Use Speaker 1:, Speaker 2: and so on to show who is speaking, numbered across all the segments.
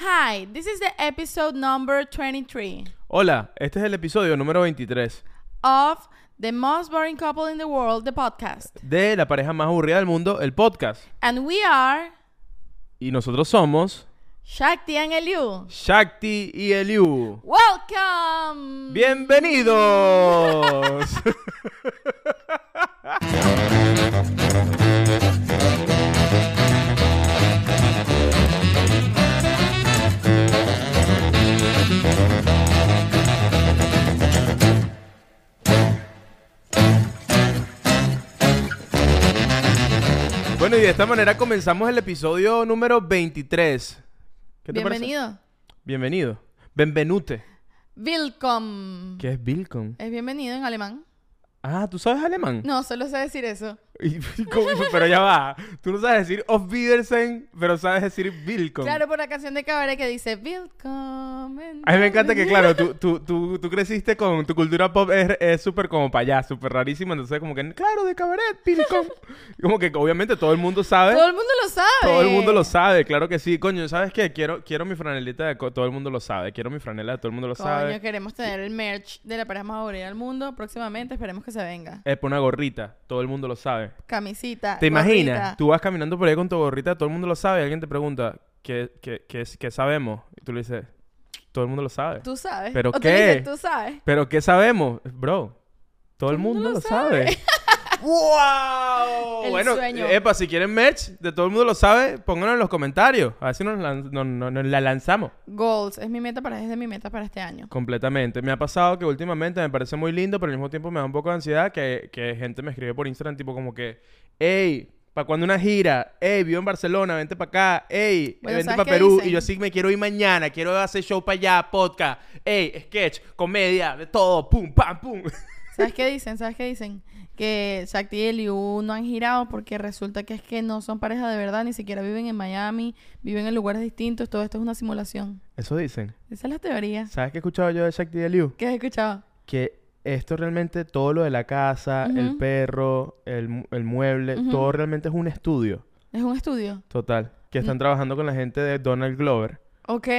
Speaker 1: Hi, this is the episode number 23
Speaker 2: Hola, este es el episodio número 23
Speaker 1: of The Most Boring Couple in the World, the podcast.
Speaker 2: de La pareja más aburrida del mundo, el podcast.
Speaker 1: And we are
Speaker 2: Y nosotros somos
Speaker 1: Shakti and Eliu.
Speaker 2: Shakti y Eliu.
Speaker 1: Welcome!
Speaker 2: ¡Bienvenidos! bueno, y de esta manera comenzamos el episodio número 23. ¿Qué te parece?
Speaker 1: Bienvenido.
Speaker 2: Bienvenido. Benvenute.
Speaker 1: Willkommen.
Speaker 2: ¿Qué es Willkommen?
Speaker 1: Es bienvenido en alemán.
Speaker 2: Ah, ¿tú sabes alemán?
Speaker 1: No, solo sé decir eso.
Speaker 2: Y- y como- pero ya va. Tú no sabes decir Auf Wiedersehen, pero sabes decir Willkommen.
Speaker 1: Claro, por la canción de Cabaret que dice Willkommen.
Speaker 2: A mí me encanta que, claro, tú, tú, tú, tú creciste con tu cultura pop, es es súper como para allá, súper rarísima. Entonces, como que, claro, de cabaret, Willkommen. Como que, obviamente, todo el mundo sabe.
Speaker 1: Todo el mundo lo sabe.
Speaker 2: Todo el mundo lo sabe, claro que sí. Coño, ¿sabes qué? Quiero, quiero mi franelita de co- todo el mundo lo sabe. Quiero mi franela de todo el mundo lo
Speaker 1: Coño,
Speaker 2: sabe.
Speaker 1: queremos tener el merch de la pareja más aburrida del mundo próximamente. Esperemos que se venga.
Speaker 2: Eh, pon una gorrita, todo el mundo lo sabe.
Speaker 1: Camisita.
Speaker 2: ¿Te
Speaker 1: gorrita.
Speaker 2: imaginas? Tú vas caminando por ahí con tu gorrita, todo el mundo lo sabe, y alguien te pregunta, ¿qué, qué, qué, qué sabemos? Y tú le dices, todo el mundo lo sabe.
Speaker 1: Tú sabes.
Speaker 2: ¿Pero
Speaker 1: O tú
Speaker 2: qué?
Speaker 1: dices, tú sabes.
Speaker 2: ¿Pero qué sabemos? Bro, todo el mundo, lo sabe. ¡Wow!
Speaker 1: El
Speaker 2: bueno,
Speaker 1: sueño.
Speaker 2: epa, si quieren merch de todo el mundo lo sabe, pónganlo en los comentarios. A ver si nos, lan- no- no- nos la lanzamos
Speaker 1: Goals. Es mi meta para, es de mi meta para este año.
Speaker 2: completamente. Me ha pasado que últimamente me parece muy lindo, pero al mismo tiempo me da un poco de ansiedad que, que gente me escribe por Instagram tipo como que, hey, ¿para cuándo una gira? Hey, vivo en Barcelona, vente para acá. Hey,
Speaker 1: Bueno,
Speaker 2: vente
Speaker 1: ¿sabes
Speaker 2: para
Speaker 1: qué
Speaker 2: Perú.
Speaker 1: dicen?
Speaker 2: Y yo así me quiero ir mañana, quiero hacer show para allá, podcast. Hey, sketch, comedia, de todo, pum, pam, pum.
Speaker 1: ¿Sabes qué dicen? ¿Sabes qué dicen? Que Shakti y Eliu no han girado porque resulta que es que no son pareja de verdad, ni siquiera viven en Miami, viven en lugares distintos, todo esto es una simulación.
Speaker 2: Eso dicen.
Speaker 1: Esa es la teoría.
Speaker 2: ¿Sabes qué he escuchado yo de Shakti y de Liu?
Speaker 1: ¿Qué has escuchado?
Speaker 2: Que esto realmente, todo lo de la casa, el
Speaker 1: Ujú.
Speaker 2: perro, el, mu- el mueble,
Speaker 1: Ujú.
Speaker 2: todo realmente es un estudio.
Speaker 1: Es un estudio.
Speaker 2: Total. Que están trabajando con la gente de Donald Glover.
Speaker 1: Ok.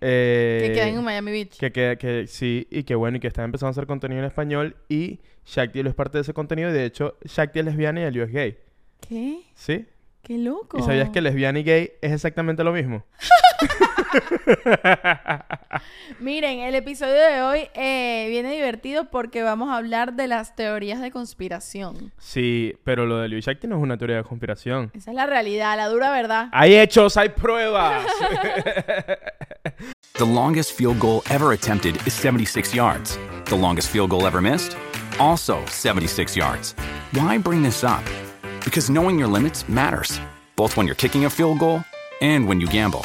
Speaker 2: eh,
Speaker 1: que quedan en Miami Beach.
Speaker 2: que, que- que sí, y que bueno, y que están empezando a hacer contenido en español. Y Shakti es parte de ese contenido. Y de hecho, Shakti es lesbiana y Eliu es gay.
Speaker 1: ¿Qué?
Speaker 2: ¿Sí?
Speaker 1: ¿Qué loco?
Speaker 2: ¿Y sabías que lesbiana y gay es exactamente lo mismo?
Speaker 1: Miren, el episodio de hoy eh, viene divertido porque vamos a hablar de las teorías de conspiración.
Speaker 2: Sí, pero lo de Eliu y Shakti no es una teoría de conspiración.
Speaker 1: Esa es la realidad, la dura verdad.
Speaker 2: Hay hechos, hay pruebas.
Speaker 3: The longest field goal ever attempted is 76 yards. The longest field goal ever missed? Also 76 yards. Why bring this up? Because knowing your limits matters, both when you're kicking a field goal and when you gamble.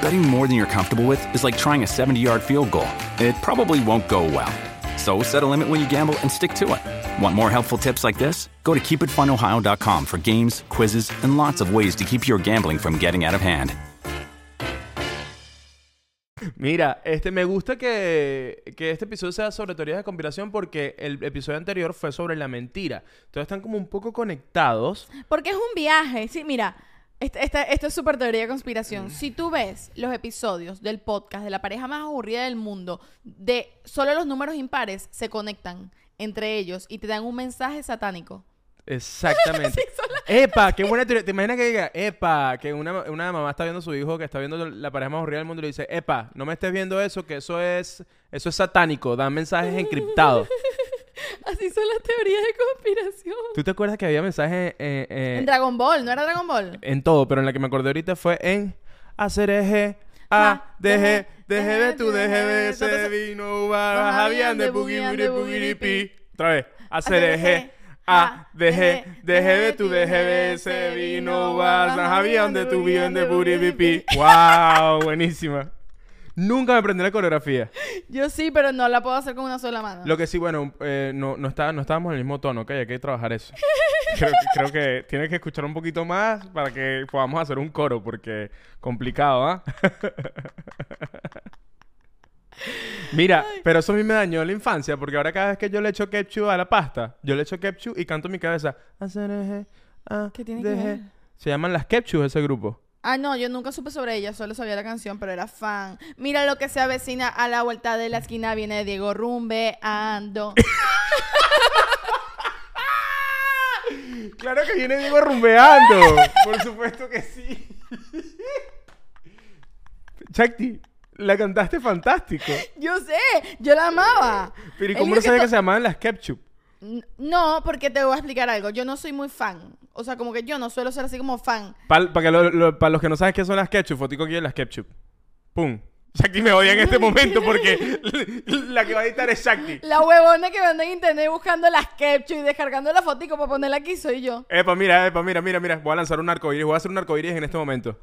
Speaker 3: Betting more than you're comfortable with is like trying a 70 yard field goal. It probably won't go well. So set a limit when you gamble and stick to it. Want more helpful tips like this? Go to keepitfunohio.com for games, quizzes, and lots of ways to keep your gambling from getting out of hand.
Speaker 2: Mira, este me gusta que, que este episodio sea sobre teorías de conspiración porque el episodio anterior fue sobre la mentira. Entonces están como un poco conectados.
Speaker 1: Porque es un viaje. Sí, mira, esta, esta- esto es súper teoría de
Speaker 2: Mm.
Speaker 1: conspiración. Si tú ves los episodios del podcast de la pareja más aburrida del mundo, de solo los números impares se conectan entre ellos y te dan un mensaje satánico.
Speaker 2: Exactamente. Epa, qué buena teoría. ¿Te imaginas que diga, epa, que una, una mamá está viendo a su hijo que está viendo la pareja más aburrida del mundo y le dice, epa, no me estés viendo eso, que eso es, eso es satánico, dan mensajes encriptados.
Speaker 1: Así son las teorías de conspiración.
Speaker 2: ¿Tú te acuerdas que había mensajes eh, eh,
Speaker 1: En Dragon Ball, ¿no era Dragon Ball?
Speaker 2: en todo, pero en la que me acordé ahorita fue en hacer eje. A, deje, deje de tu, deje de ese vino, barra, javián de puguiri, puguiripi. Otra vez, hacer eje. A, deje, deje de tu, deje de ese vino, barra, javián de tu, bien de puripipi. ¡Wow! Buenísima. Nunca me aprendí la coreografía.
Speaker 1: Yo sí, pero no la puedo hacer con una sola mano.
Speaker 2: Lo que sí, bueno, eh, no, no, está, no estábamos en el mismo tono, ok, hay que trabajar eso. Creo, creo que tienes que escuchar un poquito más para que podamos hacer un coro, porque complicado, ¿ah? Mira, pero eso a mí me dañó la infancia, porque ahora cada vez que yo le echo ketchup a la pasta, yo le echo ketchup y canto en mi cabeza. "Hacer eje, ah,
Speaker 1: ¿Qué tiene que
Speaker 2: deje".
Speaker 1: ver?
Speaker 2: Se llaman las ketchup ese grupo.
Speaker 1: Ah, no, yo nunca supe sobre ella, solo sabía la canción, pero era fan. Mira lo que se avecina a la vuelta de la esquina, viene Diego rumbeando.
Speaker 2: Claro que viene Diego rumbeando. Por supuesto que sí. Chakti, la cantaste fantástico.
Speaker 1: yo sé, yo la amaba.
Speaker 2: Pero ¿y
Speaker 1: El
Speaker 2: cómo
Speaker 1: único
Speaker 2: no sabía
Speaker 1: to-
Speaker 2: que se llamaban las ketchup?
Speaker 1: N- No, porque te voy a explicar algo. Yo no soy muy fan. O sea, como que yo no suelo ser así como fan.
Speaker 2: Para los que no saben qué son las ketchup, fotico aquí de las ketchup. Pum. Shakti me odia en este momento porque la que va a editar es Shakti.
Speaker 1: La huevona que me anda en internet buscando las captcha y descargando la fotico para ponerla aquí soy yo.
Speaker 2: Epa, mira, epa, mira, mira, mira. Voy a lanzar un arcoíris. Voy a hacer un arcoíris en este momento.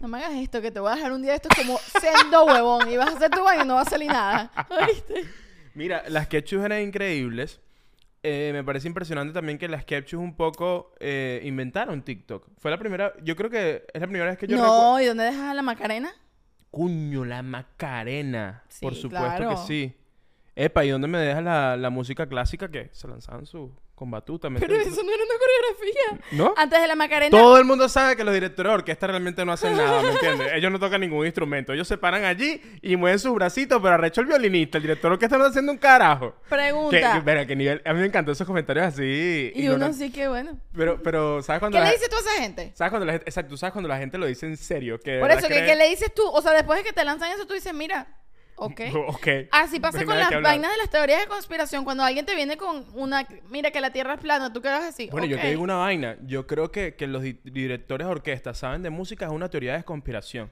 Speaker 1: No me hagas esto, que te voy a dejar un día de estos como sendo huevón. Y vas a hacer tu baño y no va a salir nada. ¿Oíste?
Speaker 2: Mira, las ketchup eran increíbles. Eh, me parece impresionante también que las ketchup un poco eh, inventaron TikTok. Fue la primera, yo creo que es la primera vez que yo recuerdo.
Speaker 1: No, ¿y dónde dejas a la Macarena?
Speaker 2: Cuño, la Macarena.
Speaker 1: Sí,
Speaker 2: por supuesto que
Speaker 1: claro.
Speaker 2: sí. Epa, ¿y dónde me dejas la, la música clásica que se lanzaban su con batuta? ¿me
Speaker 1: Pero
Speaker 2: entiendes?
Speaker 1: eso no era una coreografía.
Speaker 2: ¿No?
Speaker 1: Antes de la Macarena.
Speaker 2: Todo el mundo sabe que los directores de orquesta realmente no hacen nada, ¿me entiendes? Ellos no tocan ningún instrumento. Ellos se paran allí y mueven sus bracitos, pero arrecho el violinista. El director de orquesta no está haciendo un carajo. Que,
Speaker 1: Pregunta.
Speaker 2: verá, qué nivel. A mí me encantó esos comentarios así.
Speaker 1: y
Speaker 2: ignoran-
Speaker 1: uno sí que bueno.
Speaker 2: Pero, pero, ¿sabes cuando
Speaker 1: ¿Qué
Speaker 2: la
Speaker 1: le
Speaker 2: ge-
Speaker 1: dices tú a esa gente?
Speaker 2: ¿Sabes cuando la gente... Exacto, ¿sabes cuando la gente lo dice en serio? Que de
Speaker 1: Por
Speaker 2: verdad
Speaker 1: eso, ¿qué,
Speaker 2: cree-
Speaker 1: qué le dices tú? O sea, después de que te lanzan eso, tú dices, mira, ok.
Speaker 2: Ok.
Speaker 1: Así
Speaker 2: No
Speaker 1: pasa
Speaker 2: hay
Speaker 1: con
Speaker 2: nada
Speaker 1: las
Speaker 2: que hablar.
Speaker 1: vainas de las teorías de conspiración. Cuando alguien te viene con una, mira que la Tierra es plana, tú quedas así.
Speaker 2: Bueno, yo
Speaker 1: ok.
Speaker 2: te digo una vaina. Yo creo que, que los di- directores de orquesta saben de música es una teoría de conspiración.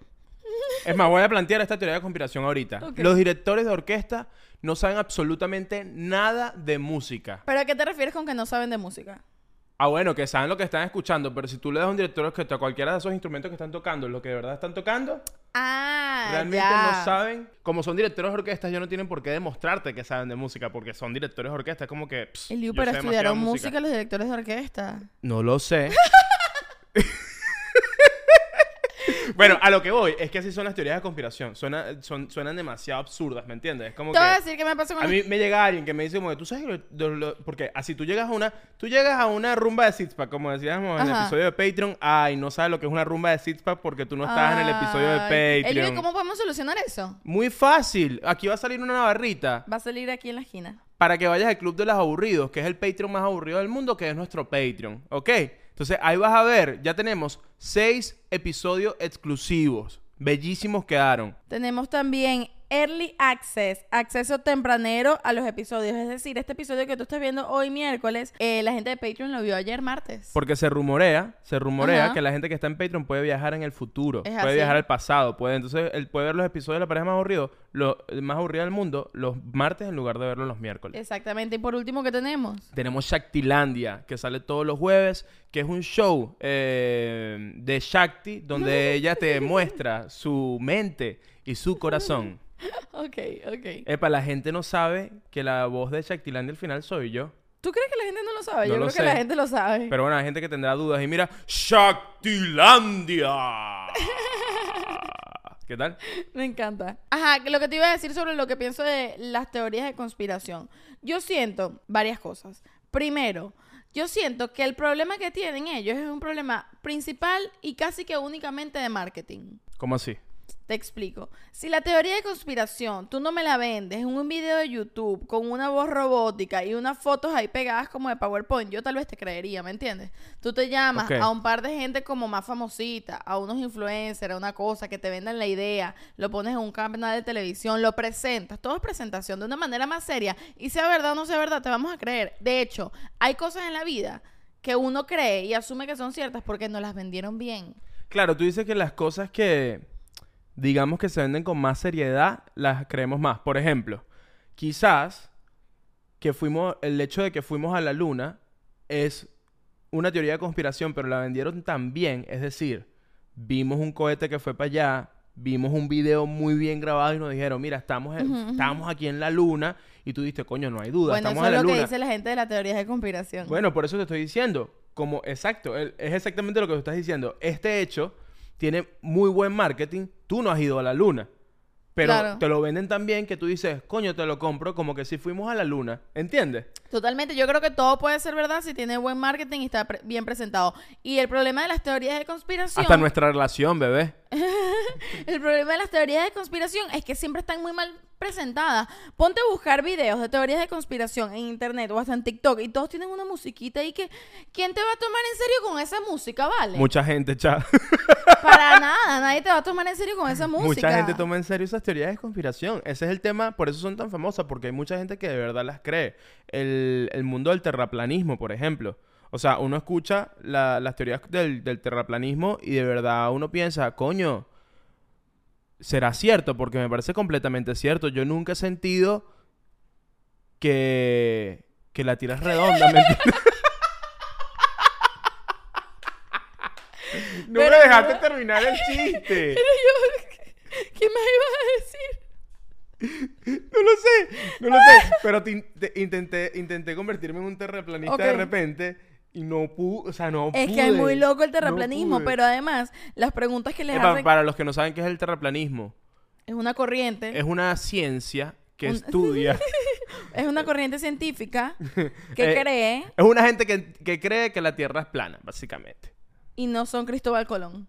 Speaker 2: Es más, voy a plantear esta teoría de conspiración ahorita.
Speaker 1: Ok.
Speaker 2: Los directores de orquesta no saben absolutamente nada de música.
Speaker 1: ¿Pero a qué te refieres con que no saben de música?
Speaker 2: Ah, bueno, que saben lo que están escuchando, pero si tú le das a un director de orquesta a cualquiera de esos instrumentos que están tocando, lo que de verdad están tocando,
Speaker 1: Ah,
Speaker 2: realmente
Speaker 1: ya.
Speaker 2: no saben. Como son directores de orquesta, ellos no tienen por qué demostrarte que saben de música, porque son directores de orquesta. Es como que. pss,
Speaker 1: El
Speaker 2: yo
Speaker 1: Liu, pero
Speaker 2: sé demasiada
Speaker 1: estudiaron música los directores de orquesta.
Speaker 2: No lo sé. bueno, a lo que voy es que así son las teorías de conspiración. Suena, son, suenan demasiado absurdas, ¿me entiendes? Es como
Speaker 1: Te voy a
Speaker 2: que.
Speaker 1: decir qué me pasó con
Speaker 2: A
Speaker 1: las-
Speaker 2: mí me llega alguien que me dice como que tú sabes lo- lo- lo- porque así tú llegas a una tú llegas a una rumba de Sixpack como decíamos en el
Speaker 1: Ajá.
Speaker 2: episodio de Patreon, ay, no sabes lo que es una rumba de Sixpack porque tú no estabas en el episodio de
Speaker 1: Ay,
Speaker 2: Patreon.
Speaker 1: Elio, ¿y ¿cómo podemos solucionar eso?
Speaker 2: Muy fácil, aquí va a salir una barrita
Speaker 1: Va a salir aquí en la esquina.
Speaker 2: para que vayas al Club de los Aburridos, que es el Patreon más aburrido del mundo, que es nuestro Patreon, ¿ok? Entonces ahí vas a ver, ya tenemos seis episodios exclusivos, bellísimos quedaron.
Speaker 1: Tenemos también Early Access, acceso tempranero a los episodios. Es decir, este episodio que tú estás viendo hoy miércoles, eh, la gente de Patreon lo vio ayer martes.
Speaker 2: Porque se rumorea, se rumorea
Speaker 1: Ajá.
Speaker 2: que la gente que está en Patreon puede viajar en el futuro,
Speaker 1: Es
Speaker 2: puede
Speaker 1: así.
Speaker 2: viajar al pasado, puede entonces él puede ver los episodios de la pareja más aburrido, los más aburrida del mundo, los martes en lugar de verlos los miércoles.
Speaker 1: Exactamente. Y por último, ¿qué tenemos?
Speaker 2: Tenemos Shaktilandia, que sale todos los jueves, que es un show eh, de Shakti, donde ella te muestra su mente y su corazón.
Speaker 1: Ok, ok.
Speaker 2: Epa, la gente no sabe que la voz de Shaktilandia al final soy yo.
Speaker 1: ¿Tú crees que la gente no lo sabe? Yo
Speaker 2: No lo
Speaker 1: creo
Speaker 2: sé.
Speaker 1: que la gente lo sabe.
Speaker 2: Pero bueno, hay gente que tendrá dudas y mira, Shaktilandia. ¿Qué tal?
Speaker 1: Me encanta. Ajá, que lo que te iba a decir sobre lo que pienso de las teorías de conspiración. Yo siento varias cosas. Primero, yo siento que el problema que tienen ellos es un problema principal y casi que únicamente de marketing.
Speaker 2: ¿Cómo así?
Speaker 1: Te explico. Si la teoría de conspiración tú no me la vendes en un video de YouTube con una voz robótica y unas fotos ahí pegadas como de PowerPoint, yo tal vez te creería, ¿me entiendes? Tú te llamas
Speaker 2: Ok.
Speaker 1: a un par de gente como más famosita, a unos influencers, a una cosa, que te vendan la idea, lo pones en un canal de televisión, lo presentas, todo es presentación de una manera más seria y sea verdad o no sea verdad, te vamos a creer. De hecho, hay cosas en la vida que uno cree y asume que son ciertas porque nos las vendieron bien.
Speaker 2: Claro, tú dices que las cosas que digamos que se venden con más seriedad las creemos más. Por ejemplo, quizás que fuimos el hecho de que fuimos a la luna es una teoría de conspiración, pero la vendieron tan bien, es decir, vimos un cohete que fue para allá, vimos un video muy bien grabado y nos dijeron, "Mira, estamos en- estamos aquí en la luna" y tú dijiste, "Coño, no hay duda,
Speaker 1: Bueno,
Speaker 2: estamos
Speaker 1: eso
Speaker 2: en
Speaker 1: es lo
Speaker 2: la luna."
Speaker 1: que dice la gente de la teoría de conspiración.
Speaker 2: Bueno, por eso te estoy diciendo. Como, exacto, el- es exactamente lo que tú estás diciendo. Este hecho tiene muy buen marketing. Tú no has ido a la luna. Pero
Speaker 1: Claro.
Speaker 2: te lo venden tan bien que tú dices, coño, te lo compro como que si fuimos a la luna. ¿Entiendes?
Speaker 1: Totalmente, yo creo que todo puede ser verdad si tiene buen marketing y está pre- bien presentado. Y el problema de las teorías de conspiración,
Speaker 2: Hasta nuestra relación, bebé.
Speaker 1: el problema de las teorías de conspiración es que siempre están muy mal presentadas. Ponte a buscar videos de teorías de conspiración en internet o hasta en TikTok y todos tienen una musiquita y que ¿quién te va a tomar en serio con esa música, vale?
Speaker 2: Mucha gente, cha.
Speaker 1: Para nada, nadie te va a tomar en serio con esa música.
Speaker 2: Mucha gente toma en serio esas teorías de conspiración. Ese es el tema, por eso son tan famosas, porque hay mucha gente que de verdad las cree. El, el mundo del terraplanismo, por ejemplo. O sea, uno escucha la- las teorías del, del terraplanismo y de verdad uno piensa, coño, será cierto, porque me parece completamente cierto. Yo nunca he sentido que, que la tierra es redonda. ¿me entiendes? No
Speaker 1: Pero-
Speaker 2: me dejaste terminar el chiste.
Speaker 1: Pero yo, ¿qué me ibas a decir?
Speaker 2: No lo sé, no lo sé. Pero te in- te intenté, intenté convertirme en un terraplanista de
Speaker 1: Ok.
Speaker 2: repente y no pude, o sea, no
Speaker 1: Es que es
Speaker 2: pude,
Speaker 1: muy loco el
Speaker 2: no
Speaker 1: terraplanismo,
Speaker 2: pude.
Speaker 1: pero además las preguntas que les
Speaker 2: Epa,
Speaker 1: hacen
Speaker 2: Para los que no saben qué es el terraplanismo,
Speaker 1: es una corriente.
Speaker 2: es una ciencia que
Speaker 1: Un-
Speaker 2: estudia.
Speaker 1: Es una corriente científica que
Speaker 2: Eh,
Speaker 1: cree
Speaker 2: Es una gente que, que cree que la Tierra es plana, básicamente.
Speaker 1: y no son Cristóbal Colón.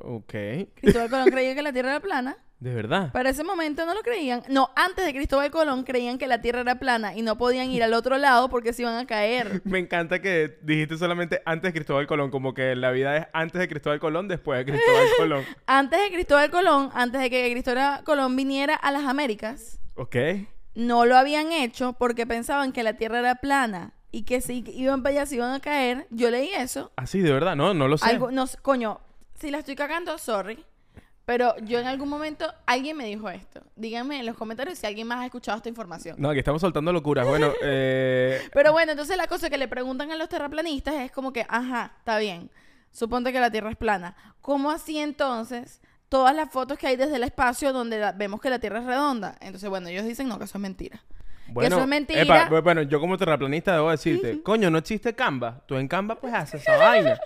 Speaker 2: Ok,
Speaker 1: Cristóbal Colón creía que la Tierra era plana.
Speaker 2: de verdad.
Speaker 1: Para ese momento no lo creían. No, antes de Cristóbal Colón creían que la Tierra era plana y no podían ir al otro lado porque se iban a caer.
Speaker 2: Me encanta que dijiste solamente antes de Cristóbal Colón, como que la vida es antes de Cristóbal Colón, después de Cristóbal Colón.
Speaker 1: Antes de Cristóbal Colón, antes de que Cristóbal Colón viniera a las Américas,
Speaker 2: Ok.
Speaker 1: no lo habían hecho porque pensaban que la Tierra era plana y que si iban para allá se iban a caer. Yo leí eso.
Speaker 2: Así, de verdad, no, no lo sé.
Speaker 1: Algo- no sé, coño, si la estoy cagando, sorry. Pero yo en algún momento, alguien me dijo esto. Díganme en los comentarios si alguien más ha escuchado esta información.
Speaker 2: No, aquí estamos soltando locuras. Bueno, eh,
Speaker 1: Pero bueno, entonces la cosa que le preguntan a los terraplanistas es como que, ajá, está bien. Suponte que la Tierra es plana. ¿Cómo así entonces todas las fotos que hay desde el espacio donde la- vemos que la Tierra es redonda? Entonces, bueno, ellos dicen, no, que eso es mentira.
Speaker 2: bueno,
Speaker 1: eso es mentira.
Speaker 2: epa, bu- bueno, yo como terraplanista debo decirte, coño, no existe Canva. Tú en Canva pues haces esa vaina.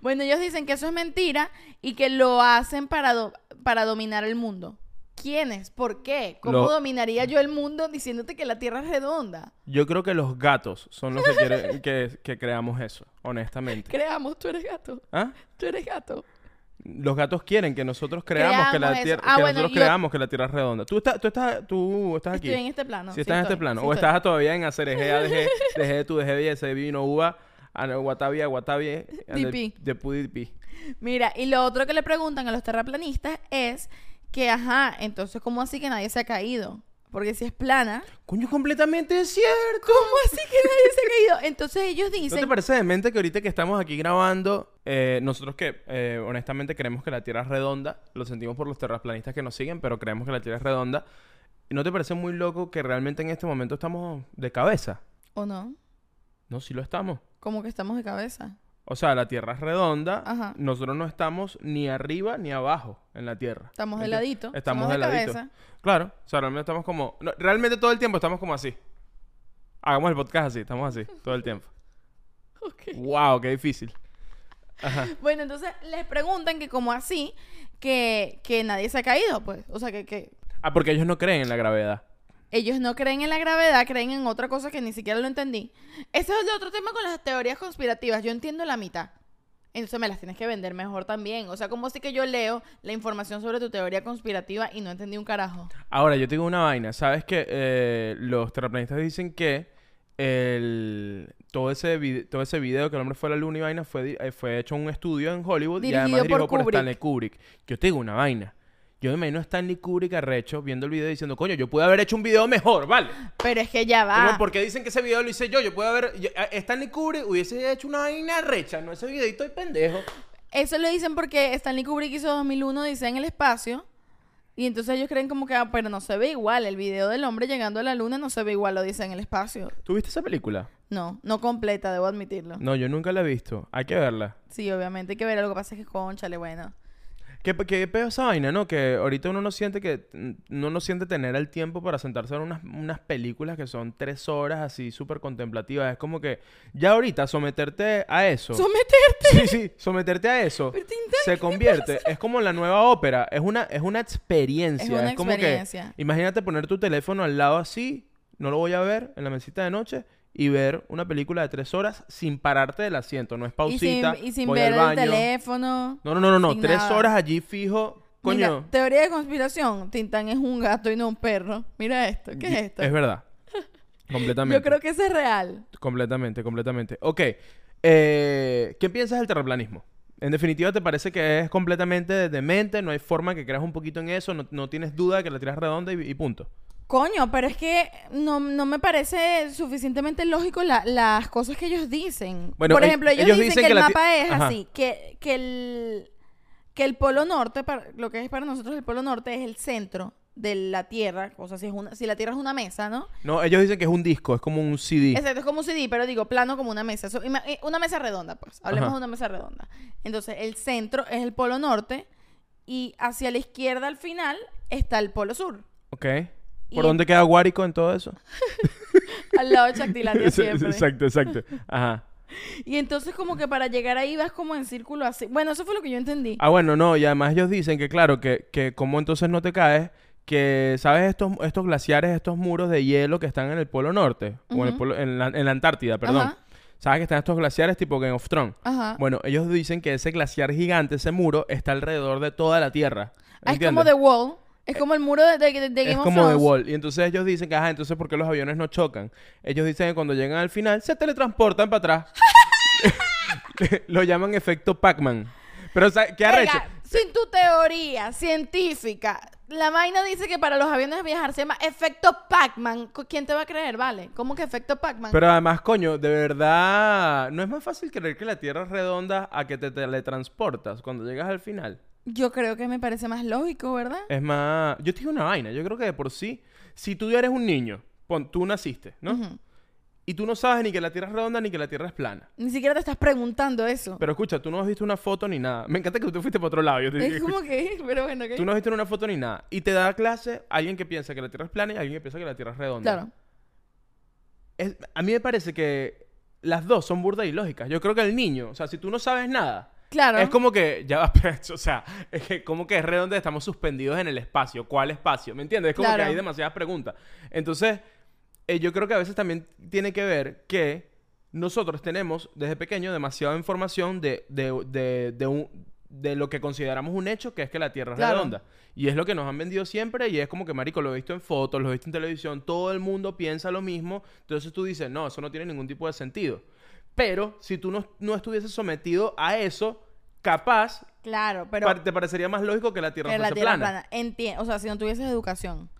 Speaker 1: Bueno, ellos dicen que eso es mentira y que lo hacen para, do- para dominar el mundo. ¿Quiénes? ¿Por qué? ¿Cómo
Speaker 2: Lo-
Speaker 1: dominaría yo el mundo diciéndote que la Tierra es redonda?
Speaker 2: Yo creo que los gatos son los que quieren que, que creamos eso, honestamente.
Speaker 1: Creamos, tú eres gato,
Speaker 2: ¿Ah?
Speaker 1: tú eres gato.
Speaker 2: Los gatos quieren que nosotros creamos, que
Speaker 1: Creamos
Speaker 2: la
Speaker 1: eso.
Speaker 2: tierra,
Speaker 1: Ah,
Speaker 2: que
Speaker 1: bueno,
Speaker 2: nosotros
Speaker 1: yo-
Speaker 2: creamos que la tierra es redonda. Tú estás, tú estás, tú estás aquí.
Speaker 1: Estoy en este plano.
Speaker 2: Si
Speaker 1: sí
Speaker 2: estás en este
Speaker 1: estoy,
Speaker 2: plano.
Speaker 1: sí
Speaker 2: o
Speaker 1: estoy.
Speaker 2: estás todavía en hacer eje, ADG, DG, tu DG, ese vino, uva, ana- guatavia, guatavie, and
Speaker 1: DP.
Speaker 2: the- the pudipí.
Speaker 1: Mira, y lo otro que le preguntan a los terraplanistas es que, ajá, entonces, ¿cómo así que nadie se ha caído? Porque si es plana,
Speaker 2: Coño, completamente cierto.
Speaker 1: ¿cómo así que nadie se ha caído? Entonces ellos
Speaker 2: ¿No te
Speaker 1: dicen,
Speaker 2: parece demente que ahorita que estamos aquí grabando, eh, nosotros que eh, honestamente creemos que la Tierra es redonda, lo sentimos por los terraplanistas que nos siguen, pero creemos que la Tierra es redonda, ¿y ¿no te parece muy loco que realmente en este momento estamos de cabeza?
Speaker 1: ¿o no?
Speaker 2: No, sí lo estamos.
Speaker 1: Como que estamos de cabeza.
Speaker 2: O sea, la Tierra es redonda,
Speaker 1: Ajá.
Speaker 2: nosotros no estamos ni arriba ni abajo en la Tierra.
Speaker 1: Estamos de
Speaker 2: ¿Entiendes?
Speaker 1: ladito,
Speaker 2: Estamos
Speaker 1: somos
Speaker 2: de
Speaker 1: de
Speaker 2: ladito.
Speaker 1: cabeza.
Speaker 2: Claro, o sea, realmente estamos como... no, realmente todo el tiempo estamos como así. Hagamos el podcast así, estamos así, todo el tiempo.
Speaker 1: Ok.
Speaker 2: ¡Wow! ¡Qué difícil!
Speaker 1: Bueno, entonces les preguntan que como así, que, que nadie se ha caído, pues. O sea, que, que
Speaker 2: Ah, porque ellos no creen en la gravedad.
Speaker 1: ellos no creen en la gravedad, creen en otra cosa que ni siquiera lo entendí. Ese es el otro tema con las teorías conspirativas. Yo entiendo la mitad. Entonces me las tienes que vender mejor también. O sea, como así que yo leo la información sobre tu teoría conspirativa y no entendí un carajo.
Speaker 2: Ahora, yo te digo una vaina. ¿Sabes que eh, los terraplanistas dicen que el, todo, ese vide- todo ese video que el hombre fue a la luna y vaina fue, di- eh, fue hecho en un estudio en Hollywood y
Speaker 1: Dirigido
Speaker 2: además
Speaker 1: por
Speaker 2: dirigido por,
Speaker 1: Kubrick.
Speaker 2: Stanley Kubrick? Yo te digo una vaina. Yo me imagino a Stanley Kubrick arrecho viendo el video y diciendo, coño, yo pude haber hecho un video mejor, ¿vale?
Speaker 1: Pero es que ya
Speaker 2: Porque
Speaker 1: va.
Speaker 2: dicen que ese video lo hice yo? Yo pude haber... yo- a- Stanley Kubrick hubiese hecho una vaina arrecha, no ese videito de pendejo.
Speaker 1: Eso lo dicen porque Stanley Kubrick hizo 2001 dice en el espacio. Y entonces ellos creen como que, ah, pero no se ve igual. El video del hombre llegando a la luna no se ve igual, lo dice en el espacio.
Speaker 2: ¿Tú viste esa película?
Speaker 1: No, no completa, debo admitirlo.
Speaker 2: No, yo nunca la he visto. Hay que verla.
Speaker 1: Sí, obviamente hay que ver. Lo que pasa es que, conchale, bueno.
Speaker 2: ¿Qué, qué pedo esa vaina, ¿no? Que ahorita uno no siente que... mm, Uno no siente tener el tiempo para sentarse a ver unas, unas películas que son tres horas así súper contemplativas. Es como que ya ahorita someterte a eso...
Speaker 1: Someterte.
Speaker 2: Sí, sí, someterte a eso
Speaker 1: Pero, Tintán, ¿qué
Speaker 2: se
Speaker 1: te
Speaker 2: convierte, es como la nueva ópera, es una, es una experiencia.
Speaker 1: Es una
Speaker 2: como que,
Speaker 1: experiencia.
Speaker 2: imagínate poner tu teléfono al lado así, no lo voy a ver, en la mesita de noche, y ver una película de tres horas sin pararte del asiento, no es
Speaker 1: Y sin,
Speaker 2: pausita,
Speaker 1: y sin
Speaker 2: voy
Speaker 1: ver
Speaker 2: al baño.
Speaker 1: el teléfono.
Speaker 2: No, no, no, no, no,
Speaker 1: sin
Speaker 2: tres
Speaker 1: nada.
Speaker 2: horas allí fijo, coño.
Speaker 1: Mira, teoría de conspiración. Tintán es un gato y no un perro. Mira esto. ¿Qué es
Speaker 2: y-
Speaker 1: esto?
Speaker 2: Es verdad. completamente.
Speaker 1: Yo creo que eso es real.
Speaker 2: Completamente, completamente. Ok, eh, ¿qué piensas del terraplanismo? En definitiva, ¿te parece que es completamente demente? ¿No hay forma que creas un poquito en eso? ¿No, no tienes duda de que la tiras redonda y, y punto?
Speaker 1: Coño, pero es que no, no me parece suficientemente lógico la- las cosas que ellos dicen.
Speaker 2: Bueno,
Speaker 1: Por
Speaker 2: el-
Speaker 1: ejemplo, ellos,
Speaker 2: ellos
Speaker 1: dicen,
Speaker 2: dicen
Speaker 1: que,
Speaker 2: que
Speaker 1: el
Speaker 2: la ti-
Speaker 1: mapa es
Speaker 2: Ajá.
Speaker 1: así, que, que el, que el polo norte, para- lo que es para nosotros el polo norte, es el centro de la Tierra. O sea, si, es una, si la Tierra es una mesa, ¿no?
Speaker 2: No, ellos dicen que es un disco, es como un CD.
Speaker 1: Exacto, es como un CD, pero digo, plano como una mesa. So, ima- eh, una mesa redonda, pues. Hablemos
Speaker 2: Ajá.
Speaker 1: de una mesa redonda. Entonces, el centro es el polo norte y hacia la izquierda al final está el polo sur.
Speaker 2: Ok.
Speaker 1: Y-
Speaker 2: ¿Por dónde queda Guárico en todo eso?
Speaker 1: Al lado de Chactilandia
Speaker 2: Sí,
Speaker 1: siempre.
Speaker 2: exacto, exacto. Ajá.
Speaker 1: Y entonces como que para llegar ahí vas como en círculo así. Bueno, eso fue lo que yo entendí.
Speaker 2: Ah, bueno, no, y además ellos dicen que, claro, que, que como entonces no te caes, que, ¿sabes? Estos, estos glaciares, estos muros de hielo que están en el Polo Norte, o en, el
Speaker 1: Ujú.
Speaker 2: polo- en la, en la Antártida, perdón.
Speaker 1: Ajá. Ah.
Speaker 2: ¿Sabes que están estos glaciares tipo Game of Thrones?
Speaker 1: Ajá.
Speaker 2: Bueno, ellos dicen que ese glaciar gigante, ese muro, está alrededor de toda la Tierra.
Speaker 1: Ah, es
Speaker 2: ¿entiendes?
Speaker 1: como The Wall. Es como el muro de, de- de Game
Speaker 2: es
Speaker 1: of
Speaker 2: como The
Speaker 1: Thrones.
Speaker 2: Wall. Y entonces ellos dicen que, ajá, entonces ¿por qué los aviones no chocan? Ellos dicen que cuando llegan al final se teletransportan para atrás. Lo llaman efecto Pac-Man. Pero, o sea, ¿qué
Speaker 1: Verga,
Speaker 2: arrecho?
Speaker 1: sin tu teoría científica, la vaina dice que para los aviones viajar se llama efecto Pac-Man. Co- ¿Quién te va a creer, vale? ¿Cómo que efecto Pac-Man?
Speaker 2: Pero además, coño, de verdad, ¿no es más fácil creer que la Tierra es redonda a que te teletransportas cuando llegas al final?
Speaker 1: Yo creo que me parece más lógico, ¿verdad?
Speaker 2: Es más, yo te digo una vaina, yo creo que de por sí, si tú eres un niño, pon, tú naciste, ¿no?
Speaker 1: Ujú.
Speaker 2: Y tú no sabes ni que la Tierra es redonda ni que la Tierra es plana.
Speaker 1: Ni siquiera te estás preguntando eso.
Speaker 2: Pero escucha, tú no has visto una foto ni nada. Me encanta que tú fuiste para otro lado. Yo te dije,
Speaker 1: es como que, pero bueno, que...
Speaker 2: Tú no has visto una foto ni nada. Y te da clase alguien que piensa que la Tierra es plana y alguien que piensa que la Tierra es redonda.
Speaker 1: Claro.
Speaker 2: Es- a mí me parece que las dos son burdas y lógicas. Yo creo que el niño, o sea, si tú no sabes nada,
Speaker 1: Claro.
Speaker 2: es como que, ya va, pero, o sea, es que como que es redonda, estamos suspendidos en el espacio. ¿Cuál espacio? ¿Me entiendes? Es como
Speaker 1: Claro.
Speaker 2: que hay demasiadas preguntas. Entonces, eh, yo creo que a veces también tiene que ver que nosotros tenemos desde pequeño demasiada información de, de, de, de un- de lo que consideramos un hecho, que es que la Tierra es
Speaker 1: Claro.
Speaker 2: redonda. Y es lo que nos han vendido siempre y es como que, marico, lo he visto en fotos, lo he visto en televisión, todo el mundo piensa lo mismo. Entonces tú dices, no, eso no tiene ningún tipo de sentido. Pero si tú no, no estuvieses sometido a eso, capaz
Speaker 1: Claro, pero...
Speaker 2: par- te parecería más lógico que la Tierra
Speaker 1: pero la
Speaker 2: fuese
Speaker 1: tierra plana.
Speaker 2: plana.
Speaker 1: Enti- O sea, si no tuvieses educación.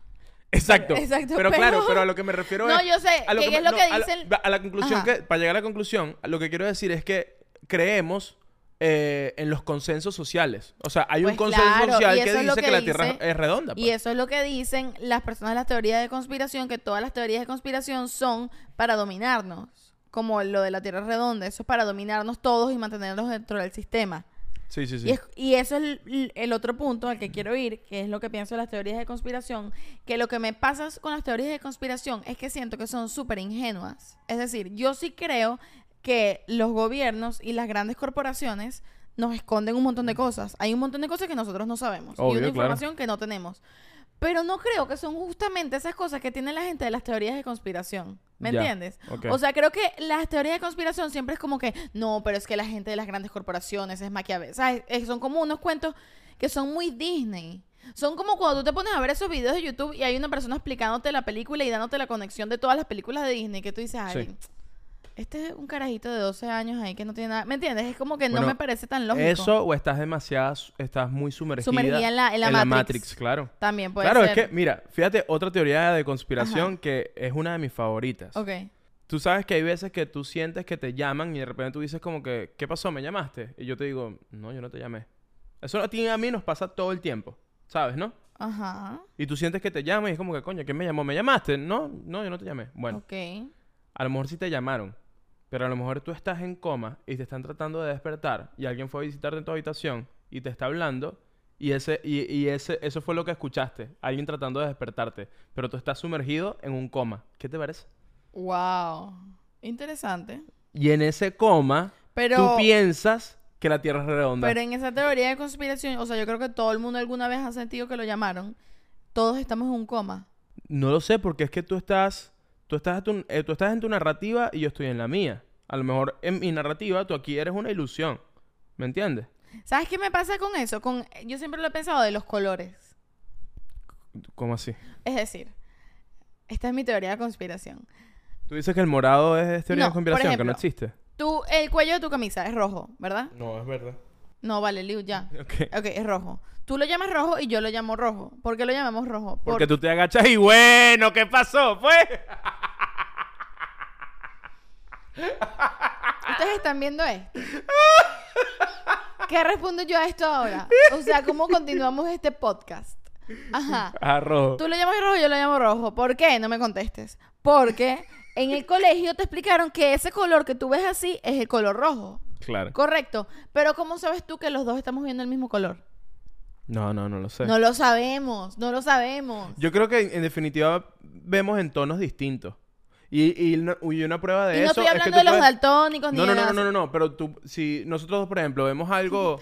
Speaker 2: Exacto.
Speaker 1: Exacto,
Speaker 2: Pero,
Speaker 1: pero-
Speaker 2: claro, pero a lo que me refiero
Speaker 1: No,
Speaker 2: es.
Speaker 1: yo sé,
Speaker 2: a
Speaker 1: que
Speaker 2: me-
Speaker 1: es lo que
Speaker 2: a la-
Speaker 1: dice el-
Speaker 2: a la conclusión
Speaker 1: Ajá.
Speaker 2: que. Para llegar a la conclusión, lo que quiero decir es que creemos. eh, en los consensos sociales. O sea, hay un
Speaker 1: Pues
Speaker 2: consenso
Speaker 1: claro,
Speaker 2: social
Speaker 1: y
Speaker 2: que
Speaker 1: eso es
Speaker 2: dice
Speaker 1: lo
Speaker 2: que,
Speaker 1: que
Speaker 2: la Tierra
Speaker 1: dice-
Speaker 2: es redonda.
Speaker 1: Y
Speaker 2: pues.
Speaker 1: eso es lo que dicen las personas de las teorías de conspiración, que todas las teorías de conspiración son para dominarnos. Como lo de la Tierra redonda, eso es para dominarnos todos y mantenernos dentro del sistema.
Speaker 2: Sí, sí, sí.
Speaker 1: Y, es- y eso es el, el otro punto al que quiero ir, que es lo que pienso de las teorías de conspiración, que lo que me pasa s- con las teorías de conspiración es que siento que son súper ingenuas. Es decir, yo sí creo que los gobiernos y las grandes corporaciones nos esconden un montón de cosas. Hay un montón de cosas que nosotros no sabemos y
Speaker 2: Obvio,
Speaker 1: una
Speaker 2: claro.
Speaker 1: información que no tenemos. Pero no creo que son justamente esas cosas que tiene la gente de las teorías de conspiración. ¿Me
Speaker 2: Ya,
Speaker 1: entiendes?
Speaker 2: ok.
Speaker 1: O sea, creo que las teorías de conspiración siempre es como que, no, pero es que la gente de las grandes corporaciones es maquiavélica. ¿Sabes? Eh, Son como unos cuentos que son muy Disney. Son como cuando tú te pones a ver esos videos de YouTube y hay una persona explicándote la película y dándote la conexión de todas las películas de Disney que tú dices, ay,
Speaker 2: Sí.
Speaker 1: este es un carajito de 12 años ahí que no tiene nada. ¿Me entiendes? Es como que no
Speaker 2: Bueno,
Speaker 1: me parece tan lógico.
Speaker 2: Eso o estás demasiado, estás muy sumergida,
Speaker 1: Sumergida en la- en la Matrix.
Speaker 2: claro.
Speaker 1: También puede
Speaker 2: claro,
Speaker 1: ser.
Speaker 2: es que, mira, fíjate, otra teoría de conspiración que es una de mis favoritas.
Speaker 1: Ok.
Speaker 2: Tú sabes que hay veces que tú sientes que te llaman y de repente tú dices como que, ¿qué pasó? ¿Me llamaste? Y yo te digo, no, yo no te llamé. Eso a ti y a mí nos pasa todo el tiempo, ¿sabes, no?
Speaker 1: Ajá.
Speaker 2: Y tú sientes que te llaman y es como que, coño, ¿quién me llamó? ¿Me llamaste? No, no, yo no te llamé. Bueno,
Speaker 1: Ok.
Speaker 2: a lo mejor sí te llamaron, pero a lo mejor tú estás en coma y te están tratando de despertar y alguien fue a visitarte en tu habitación y te está hablando Y, ese, y, y ese, eso fue lo que escuchaste. Alguien tratando de despertarte. Pero tú estás sumergido en un coma. ¿Qué te parece?
Speaker 1: Wow. Interesante.
Speaker 2: Y en ese coma,
Speaker 1: Pero-
Speaker 2: tú piensas que la Tierra es redonda.
Speaker 1: Pero en esa teoría de conspiración, o sea, yo creo que todo el mundo alguna vez ha sentido que lo llamaron. Todos estamos en un coma.
Speaker 2: No lo sé, porque es que tú estás, tú estás, a tu- eh, tú estás en tu narrativa y yo estoy en la mía. A lo mejor en mi narrativa tú aquí eres una ilusión. ¿Me entiendes?
Speaker 1: ¿Sabes qué me pasa con eso? Con, yo siempre lo he pensado de los colores.
Speaker 2: ¿Cómo así?
Speaker 1: Es decir, esta es mi teoría de conspiración.
Speaker 2: Tú dices que el morado es de teoría
Speaker 1: No,
Speaker 2: de conspiración,
Speaker 1: por
Speaker 2: que no
Speaker 1: ejemplo.
Speaker 2: existe.
Speaker 1: Tú, el cuello de tu camisa es rojo, ¿verdad?
Speaker 2: No, es verdad.
Speaker 1: No, vale, Liu, ya.
Speaker 2: Ok.
Speaker 1: Ok, es rojo. Tú lo llamas rojo y yo lo llamo rojo. ¿Por qué lo llamamos rojo?
Speaker 2: Porque tú te agachas y bueno, ¿qué pasó? Pues.
Speaker 1: Ustedes están viendo esto. ¿Qué respondo yo a esto ahora? O sea, ¿cómo continuamos este podcast? Ajá.
Speaker 2: Arrojo.
Speaker 1: Tú lo llamas rojo, yo lo llamo rojo. ¿Por qué? No me contestes. Porque en el colegio te explicaron que ese color que tú ves así es el color rojo.
Speaker 2: Claro.
Speaker 1: Correcto. Pero ¿cómo sabes tú que los dos estamos viendo el mismo color?
Speaker 2: No, no, no lo sé.
Speaker 1: No lo sabemos, no lo sabemos.
Speaker 2: Yo creo que en, en definitiva vemos en tonos distintos. Y, y una, y una prueba
Speaker 1: y
Speaker 2: de
Speaker 1: no
Speaker 2: eso
Speaker 1: estoy
Speaker 2: es que
Speaker 1: hablando
Speaker 2: tú
Speaker 1: de los
Speaker 2: puedes-
Speaker 1: daltónicos ni
Speaker 2: No, no,
Speaker 1: de
Speaker 2: no,
Speaker 1: nada
Speaker 2: no, no,
Speaker 1: así.
Speaker 2: no, no, pero tú, si nosotros, por ejemplo, vemos algo,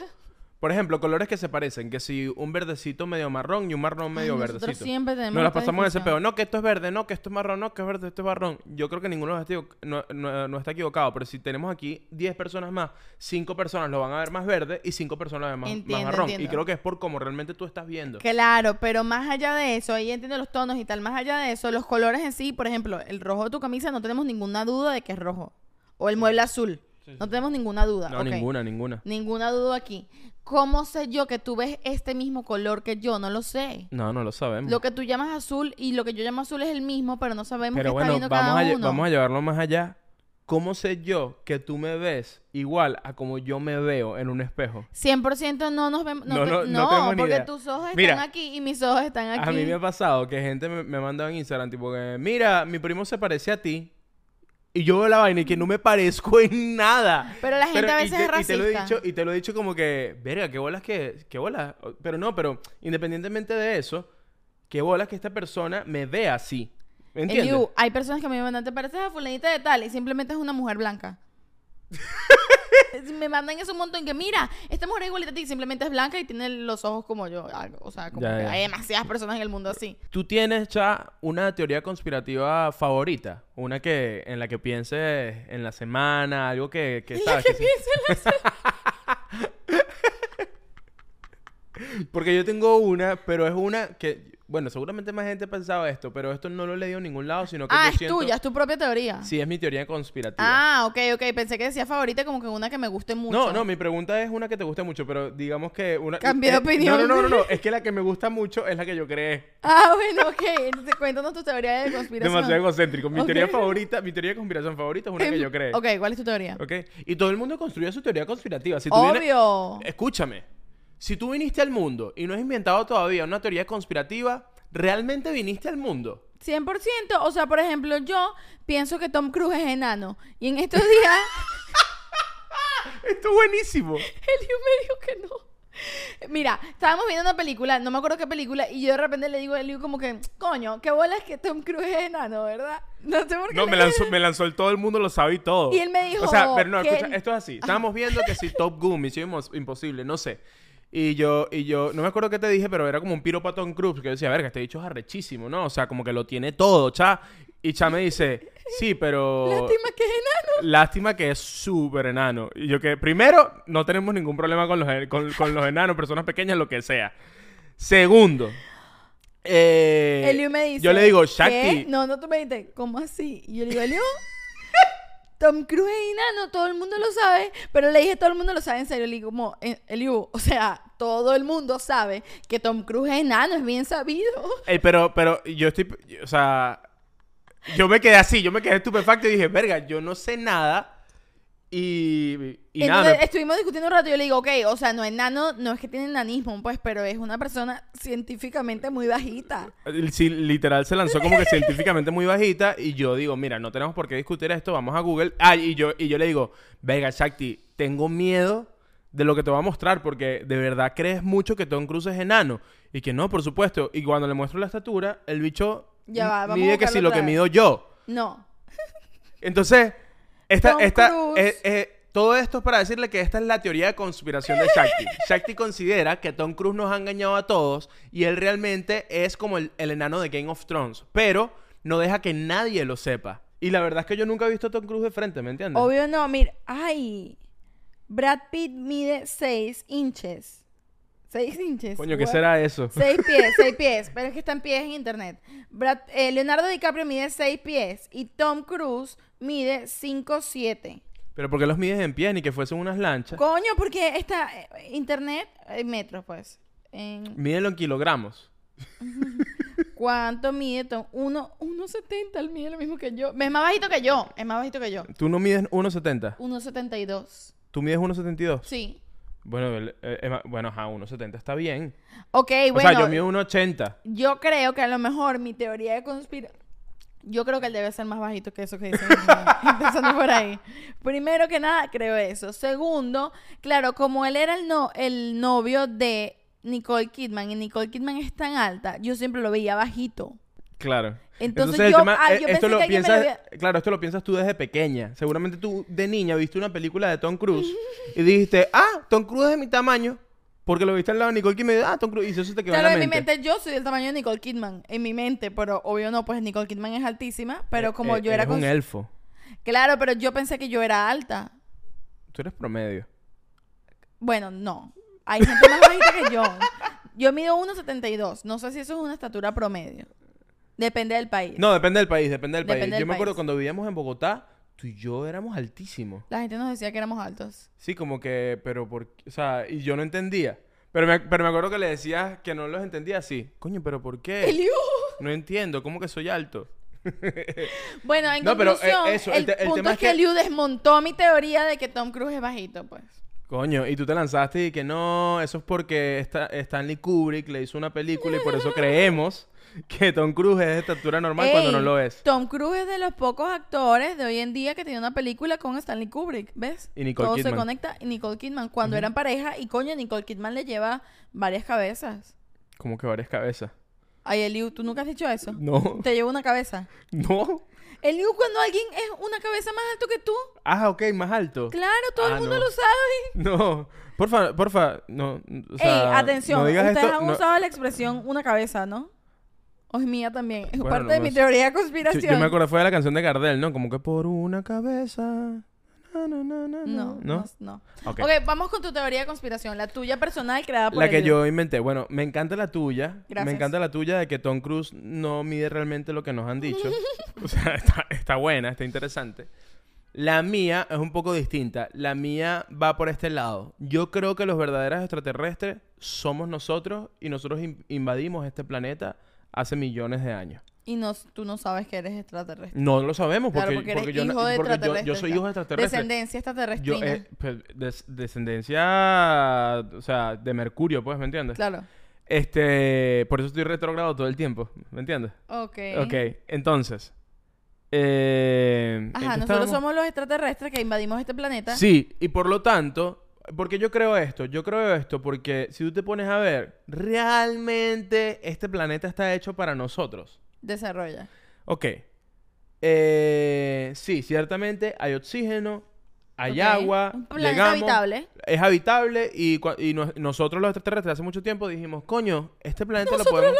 Speaker 2: por ejemplo, colores que se parecen, que si un verdecito medio marrón y un marrón medio
Speaker 1: nosotros
Speaker 2: verdecito.
Speaker 1: siempre tenemos
Speaker 2: Nos las
Speaker 1: esta
Speaker 2: pasamos en ese
Speaker 1: discusión.
Speaker 2: peo. No, que esto es verde, no, que esto es marrón, no, que es verde, esto es marrón. Yo creo que ninguno de los estoy- no, no- no está equivocado, pero si tenemos aquí 10 personas más, 5 personas lo van a ver más verde y 5 personas lo ven más, más
Speaker 1: Entiendo,
Speaker 2: marrón. Y
Speaker 1: entiendo.
Speaker 2: creo que es por cómo realmente tú estás viendo.
Speaker 1: Claro, pero más allá de eso, ahí entiendo los tonos y tal, más allá de eso, los colores en sí, por ejemplo, el rojo de tu camisa no tenemos ninguna duda de que es rojo. O el mueble azul. No tenemos ninguna duda.
Speaker 2: No,
Speaker 1: ok.
Speaker 2: ninguna, ninguna.
Speaker 1: Ninguna duda aquí. ¿Cómo sé yo que tú ves este mismo color que yo? No lo sé.
Speaker 2: No, no lo sabemos.
Speaker 1: Lo que tú llamas azul y lo que yo llamo azul es el mismo, pero no sabemos qué
Speaker 2: Pero
Speaker 1: está
Speaker 2: bueno,
Speaker 1: viendo
Speaker 2: vamos
Speaker 1: cada
Speaker 2: a, lle-
Speaker 1: uno.
Speaker 2: vamos a llevarlo más allá. ¿Cómo sé yo que tú me ves igual a como yo me veo en un espejo?
Speaker 1: 100% no nos vemos. No,
Speaker 2: No,
Speaker 1: te-
Speaker 2: no- no
Speaker 1: no,
Speaker 2: tenemos ni
Speaker 1: porque
Speaker 2: idea.
Speaker 1: tus ojos están
Speaker 2: Mira,
Speaker 1: aquí y mis ojos están aquí.
Speaker 2: A mí me ha pasado que gente me, me ha mandado en Instagram, tipo que, mira, mi primo se parece a ti. Y yo veo la vaina y que no me parezco en nada.
Speaker 1: Pero la gente a
Speaker 2: y
Speaker 1: veces
Speaker 2: te-
Speaker 1: es
Speaker 2: Y te lo he
Speaker 1: racista.
Speaker 2: dicho, y te lo he dicho como que, verga, qué bolas que, qué bolas. O- Pero no, pero independientemente de eso, qué bolas que esta persona me vea así. ¿Me
Speaker 1: Eliu,
Speaker 2: entiendes?
Speaker 1: hay personas que me mandan, te pareces a fulanita de tal y simplemente es una mujer blanca. me mandan eso un montón que, mira, esta mujer es igualita a ti, simplemente es blanca y tiene los ojos como yo. algo, O sea, como
Speaker 2: Ya,
Speaker 1: que
Speaker 2: ya.
Speaker 1: hay demasiadas personas en el mundo así.
Speaker 2: ¿Tú tienes ya una teoría conspirativa favorita? Una que en la que pienses en la semana, algo que, que sabes. que sí. Porque yo tengo una, pero es una que, bueno, seguramente más gente pensaba esto, pero esto no lo he leído en ningún lado, sino que
Speaker 1: Ah,
Speaker 2: yo
Speaker 1: es
Speaker 2: siento-
Speaker 1: tuya, es tu propia teoría.
Speaker 2: Sí, es mi teoría conspirativa.
Speaker 1: Ah, ok, ok. Pensé que decía favorita como que una que me guste mucho.
Speaker 2: No, no, mi pregunta es una que te guste mucho, pero digamos que una...
Speaker 1: Cambié de
Speaker 2: eh,
Speaker 1: opinión.
Speaker 2: No, no, no, no, no, es que la que me gusta mucho es la que yo creé.
Speaker 1: Ah, bueno, ok. Entonces, cuéntanos tu teoría de conspiración.
Speaker 2: Demasiado egocéntrico. Mi
Speaker 1: Ok.
Speaker 2: teoría favorita, mi teoría de conspiración favorita es una que yo creé.
Speaker 1: Ok, ¿cuál es tu teoría?
Speaker 2: ¿Ok? Y todo el mundo construyó su teoría conspirativa. Si tú vienes- Eh.
Speaker 1: Obvio.
Speaker 2: Escúchame. Si tú viniste al mundo y no has inventado todavía una teoría conspirativa, ¿realmente viniste al mundo?
Speaker 1: 100%. O sea, por ejemplo, yo pienso que Tom Cruise es enano. Y en estos días,
Speaker 2: Esto es buenísimo.
Speaker 1: Eliu me dijo que no. Mira, estábamos viendo una película, no me acuerdo qué película, y yo de repente le digo a Eliu como que, coño, qué bola es que Tom Cruise es enano, ¿verdad? No sé por qué.
Speaker 2: No,
Speaker 1: le
Speaker 2: me
Speaker 1: dije
Speaker 2: lanzó, me lanzó el todo el mundo, lo sabe y todo.
Speaker 1: Y él me dijo
Speaker 2: O sea, pero no,
Speaker 1: que-
Speaker 2: escucha, esto es así. Estábamos viendo que si Top Gun, Misión Imos- Imposible, no sé. Y yo, y yo, no me acuerdo qué te dije, pero era como un piro patón Cruz, que yo decía, verga, este bicho es arrechísimo, ¿no? O sea, como que lo tiene todo, cha. Y cha me dice, sí, pero.
Speaker 1: Lástima que es enano.
Speaker 2: Lástima que es súper enano. Y yo que, primero, no tenemos ningún problema con los, con, con los enanos, personas pequeñas, lo que sea. Segundo, eh,
Speaker 1: Eliu me dice.
Speaker 2: yo le digo,
Speaker 1: ¿qué?
Speaker 2: Shakti,
Speaker 1: No, no, tú me dices, ¿cómo así? Y yo le digo, Eliu, Tom Cruise es enano, todo el mundo lo sabe. Pero le dije, todo el mundo lo sabe en serio. Le digo, como, eh, Eliu, o sea, todo el mundo sabe que Tom Cruise es enano, es bien sabido.
Speaker 2: Ey, eh, pero, pero yo estoy, o sea, yo me quedé así, yo me quedé estupefacto y dije, verga, yo no sé nada y, y nada.
Speaker 1: Entonces,
Speaker 2: me-
Speaker 1: estuvimos discutiendo un rato y yo le digo, ok, o sea, no es nano, no es que tiene nanismo, pues, pero es una persona científicamente muy bajita.
Speaker 2: Sí, literal se lanzó como que científicamente muy bajita y yo digo, mira, no tenemos por qué discutir esto, vamos a Google. Ah, y yo, y yo le digo, verga, Shakti, tengo miedo de lo que te va a mostrar, porque de verdad crees mucho que Tom Cruise es enano. Y que no, por supuesto. Y cuando le muestro la estatura, el bicho
Speaker 1: Ya va, vamos a
Speaker 2: mide que
Speaker 1: buscarlo
Speaker 2: si lo
Speaker 1: otra
Speaker 2: que
Speaker 1: vez.
Speaker 2: mido yo.
Speaker 1: No.
Speaker 2: Entonces, esta,
Speaker 1: Tom
Speaker 2: esta,
Speaker 1: Cruise.
Speaker 2: eh, eh, todo esto es para decirle que esta es la teoría de conspiración de Shakti. Shakti considera que Tom Cruise nos ha engañado a todos y él realmente es como el, el enano de Game of Thrones, pero no deja que nadie lo sepa. Y la verdad es que yo nunca he visto a Tom Cruise de frente, ¿me entiendes?
Speaker 1: Obvio no, mira, ay. Brad Pitt mide 6 inches. 6 inches.
Speaker 2: Coño, ¿qué
Speaker 1: what?
Speaker 2: será eso?
Speaker 1: 6 pies, 6 pies, pero es que están pies en internet. Brad- eh, Leonardo DiCaprio mide 6 pies y Tom Cruise mide 5'7.
Speaker 2: Pero ¿por qué los mides en pie ni que fuesen unas lanchas?
Speaker 1: Coño, porque está eh, internet en metros, pues. En-
Speaker 2: Mídelo en kilogramos.
Speaker 1: ¿Cuánto mide Tom? 1 1.70, él mide lo mismo que yo. Es más bajito que yo, es más bajito que yo.
Speaker 2: Tú no mides 1.70,
Speaker 1: 1.72.
Speaker 2: tú mides 1.72.
Speaker 1: Sí.
Speaker 2: Bueno, el- eh, es más- bueno, ajá, 1.70 está bien.
Speaker 1: Ok,
Speaker 2: o
Speaker 1: bueno.
Speaker 2: sea, yo mido 1.80.
Speaker 1: Yo creo que a lo mejor mi teoría de conspira... Yo creo que él debe ser más bajito que eso que dicen. Empezando por ahí. Primero que nada, creo eso. Segundo, claro, como él era el, no, el novio de Nicole Kidman y Nicole Kidman es tan alta, yo siempre lo veía bajito.
Speaker 2: Claro.
Speaker 1: Entonces
Speaker 2: el
Speaker 1: yo-
Speaker 2: tema-
Speaker 1: ah,
Speaker 2: eh,
Speaker 1: yo pensé
Speaker 2: esto lo
Speaker 1: que alguien me lo
Speaker 2: piensas, claro, esto lo piensas tú desde pequeña. Seguramente tú de niña viste una película de Tom Cruise y dijiste, "Ah, Tom Cruise es de mi tamaño." Porque lo viste al lado de Nicole Kidman y ah, Tom Cruise, y eso se te quedó
Speaker 1: Claro,
Speaker 2: en
Speaker 1: en
Speaker 2: la
Speaker 1: mi
Speaker 2: mente.
Speaker 1: mente yo soy del tamaño de Nicole Kidman, en mi mente, pero obvio no, pues Nicole Kidman es altísima, pero
Speaker 2: Eh,
Speaker 1: como
Speaker 2: eh,
Speaker 1: yo era
Speaker 2: eres un
Speaker 1: cons-
Speaker 2: elfo.
Speaker 1: Claro, pero yo pensé que yo era alta.
Speaker 2: Tú eres promedio.
Speaker 1: Bueno, no. Hay gente más bajita que yo. Yo mido 1,72. No sé si eso es una estatura promedio. Depende del país.
Speaker 2: No, depende del país, depende del país.
Speaker 1: Depende del
Speaker 2: yo me acuerdo
Speaker 1: país.
Speaker 2: cuando vivíamos en Bogotá, tú y yo éramos altísimos.
Speaker 1: La gente nos decía que éramos altos.
Speaker 2: Sí, como que, pero por, o sea, y yo no entendía. Pero me, pero me acuerdo que le decías que no los entendía así. Coño, pero ¿por qué?
Speaker 1: Eliú.
Speaker 2: No entiendo, ¿cómo que soy alto?
Speaker 1: Bueno, en
Speaker 2: No, pero, eh,
Speaker 1: conclusión,
Speaker 2: eso, el
Speaker 1: el,
Speaker 2: te- el
Speaker 1: punto
Speaker 2: tema
Speaker 1: es
Speaker 2: es
Speaker 1: que,
Speaker 2: que-
Speaker 1: Eliú desmontó mi teoría de que Tom Cruise es bajito, pues.
Speaker 2: Coño, y tú te lanzaste y que no, eso es porque esta- Stanley Kubrick le hizo una película y por eso creemos que Tom Cruise es de estatura normal cuando
Speaker 1: Ey,
Speaker 2: no lo es.
Speaker 1: Tom Cruise es de los pocos actores de hoy en día que tiene una película con Stanley Kubrick, ¿ves?
Speaker 2: Y Nicole
Speaker 1: Todo se
Speaker 2: Kidman.
Speaker 1: conecta. Y Nicole Kidman, cuando eran pareja, y coño, Nicole Kidman le lleva varias cabezas.
Speaker 2: Como que varias cabezas.
Speaker 1: Ay, Eliú, ¿tú nunca has dicho eso?
Speaker 2: No,
Speaker 1: Te llevo una cabeza.
Speaker 2: no.
Speaker 1: Eliú, cuando alguien es una cabeza más alto que tú,
Speaker 2: Ah, ok, más alto.
Speaker 1: claro, todo el
Speaker 2: Ah,
Speaker 1: mundo
Speaker 2: no.
Speaker 1: lo sabe.
Speaker 2: No, porfa, porfa, no. o sea,
Speaker 1: Ey, atención,
Speaker 2: no digas
Speaker 1: ustedes
Speaker 2: esto,
Speaker 1: han
Speaker 2: no.
Speaker 1: usado la expresión una cabeza, ¿no? O es mía también. Es
Speaker 2: Bueno,
Speaker 1: parte
Speaker 2: no
Speaker 1: de
Speaker 2: lo
Speaker 1: mi
Speaker 2: sé.
Speaker 1: teoría de
Speaker 2: Yo,
Speaker 1: conspiración.
Speaker 2: yo me acuerdo, fue de la canción de Gardel, ¿no? Como que por una cabeza. na, na, na, na, na.
Speaker 1: No, no, no.
Speaker 2: Ok.
Speaker 1: ok, vamos con tu teoría de conspiración, la tuya personal creada Ah, por
Speaker 2: La que
Speaker 1: Eliú.
Speaker 2: yo inventé. Bueno, me encanta la tuya. Me
Speaker 1: Gracias.
Speaker 2: encanta la tuya de que Tom Cruise no mide realmente lo que nos han dicho. o sea, está, está buena, está interesante. La mía es un poco distinta. La mía va por este lado. Yo creo que los verdaderos extraterrestres somos nosotros y nosotros in- invadimos este planeta hace millones de años.
Speaker 1: Y no, tú no sabes que eres extraterrestre.
Speaker 2: No lo sabemos porque,
Speaker 1: claro, porque eres
Speaker 2: porque yo, na-
Speaker 1: hijo de
Speaker 2: porque yo-
Speaker 1: extraterrestre.
Speaker 2: yo soy hijo de extraterrestre.
Speaker 1: Descendencia extraterrestre.
Speaker 2: Yo, eh, pues, des- descendencia, o sea, de Mercurio, pues, ¿me entiendes?
Speaker 1: Claro.
Speaker 2: Este, por eso estoy retrógrado todo el tiempo, ¿me entiendes?
Speaker 1: Ok.
Speaker 2: Ok, entonces. eh, ¿en qué
Speaker 1: Ajá, nosotros
Speaker 2: estábamos?
Speaker 1: somos los extraterrestres que invadimos este planeta.
Speaker 2: Sí, y por lo tanto, porque yo creo esto, yo creo esto porque si tú te pones a ver, realmente este planeta está hecho para nosotros.
Speaker 1: Desarrolla.
Speaker 2: Ok. Eh, sí, ciertamente hay oxígeno, hay
Speaker 1: Ok.
Speaker 2: agua,
Speaker 1: Un planeta
Speaker 2: llegamos,
Speaker 1: habitable.
Speaker 2: es habitable y, cua- y no- nosotros los extraterrestres hace mucho tiempo dijimos, coño, este planeta lo podemos...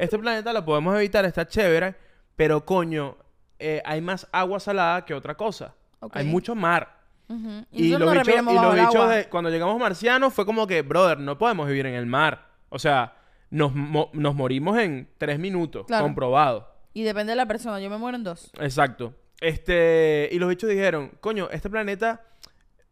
Speaker 2: Este planeta lo podemos evitar, está chévere, pero coño, eh, hay más agua salada que otra cosa.
Speaker 1: Ok.
Speaker 2: Hay mucho mar.
Speaker 1: Ujú. nosotros
Speaker 2: Y,
Speaker 1: nos
Speaker 2: los bichos,
Speaker 1: respiramos
Speaker 2: y
Speaker 1: bajo
Speaker 2: los
Speaker 1: el
Speaker 2: bichos
Speaker 1: agua.
Speaker 2: de- cuando llegamos marcianos fue como que, brother, no podemos vivir en el mar. O sea, nos, mo- nos morimos en tres minutos,
Speaker 1: Claro.
Speaker 2: comprobado.
Speaker 1: Y depende de la persona, yo me muero en dos.
Speaker 2: Exacto. Este, y los bichos dijeron, coño, este planeta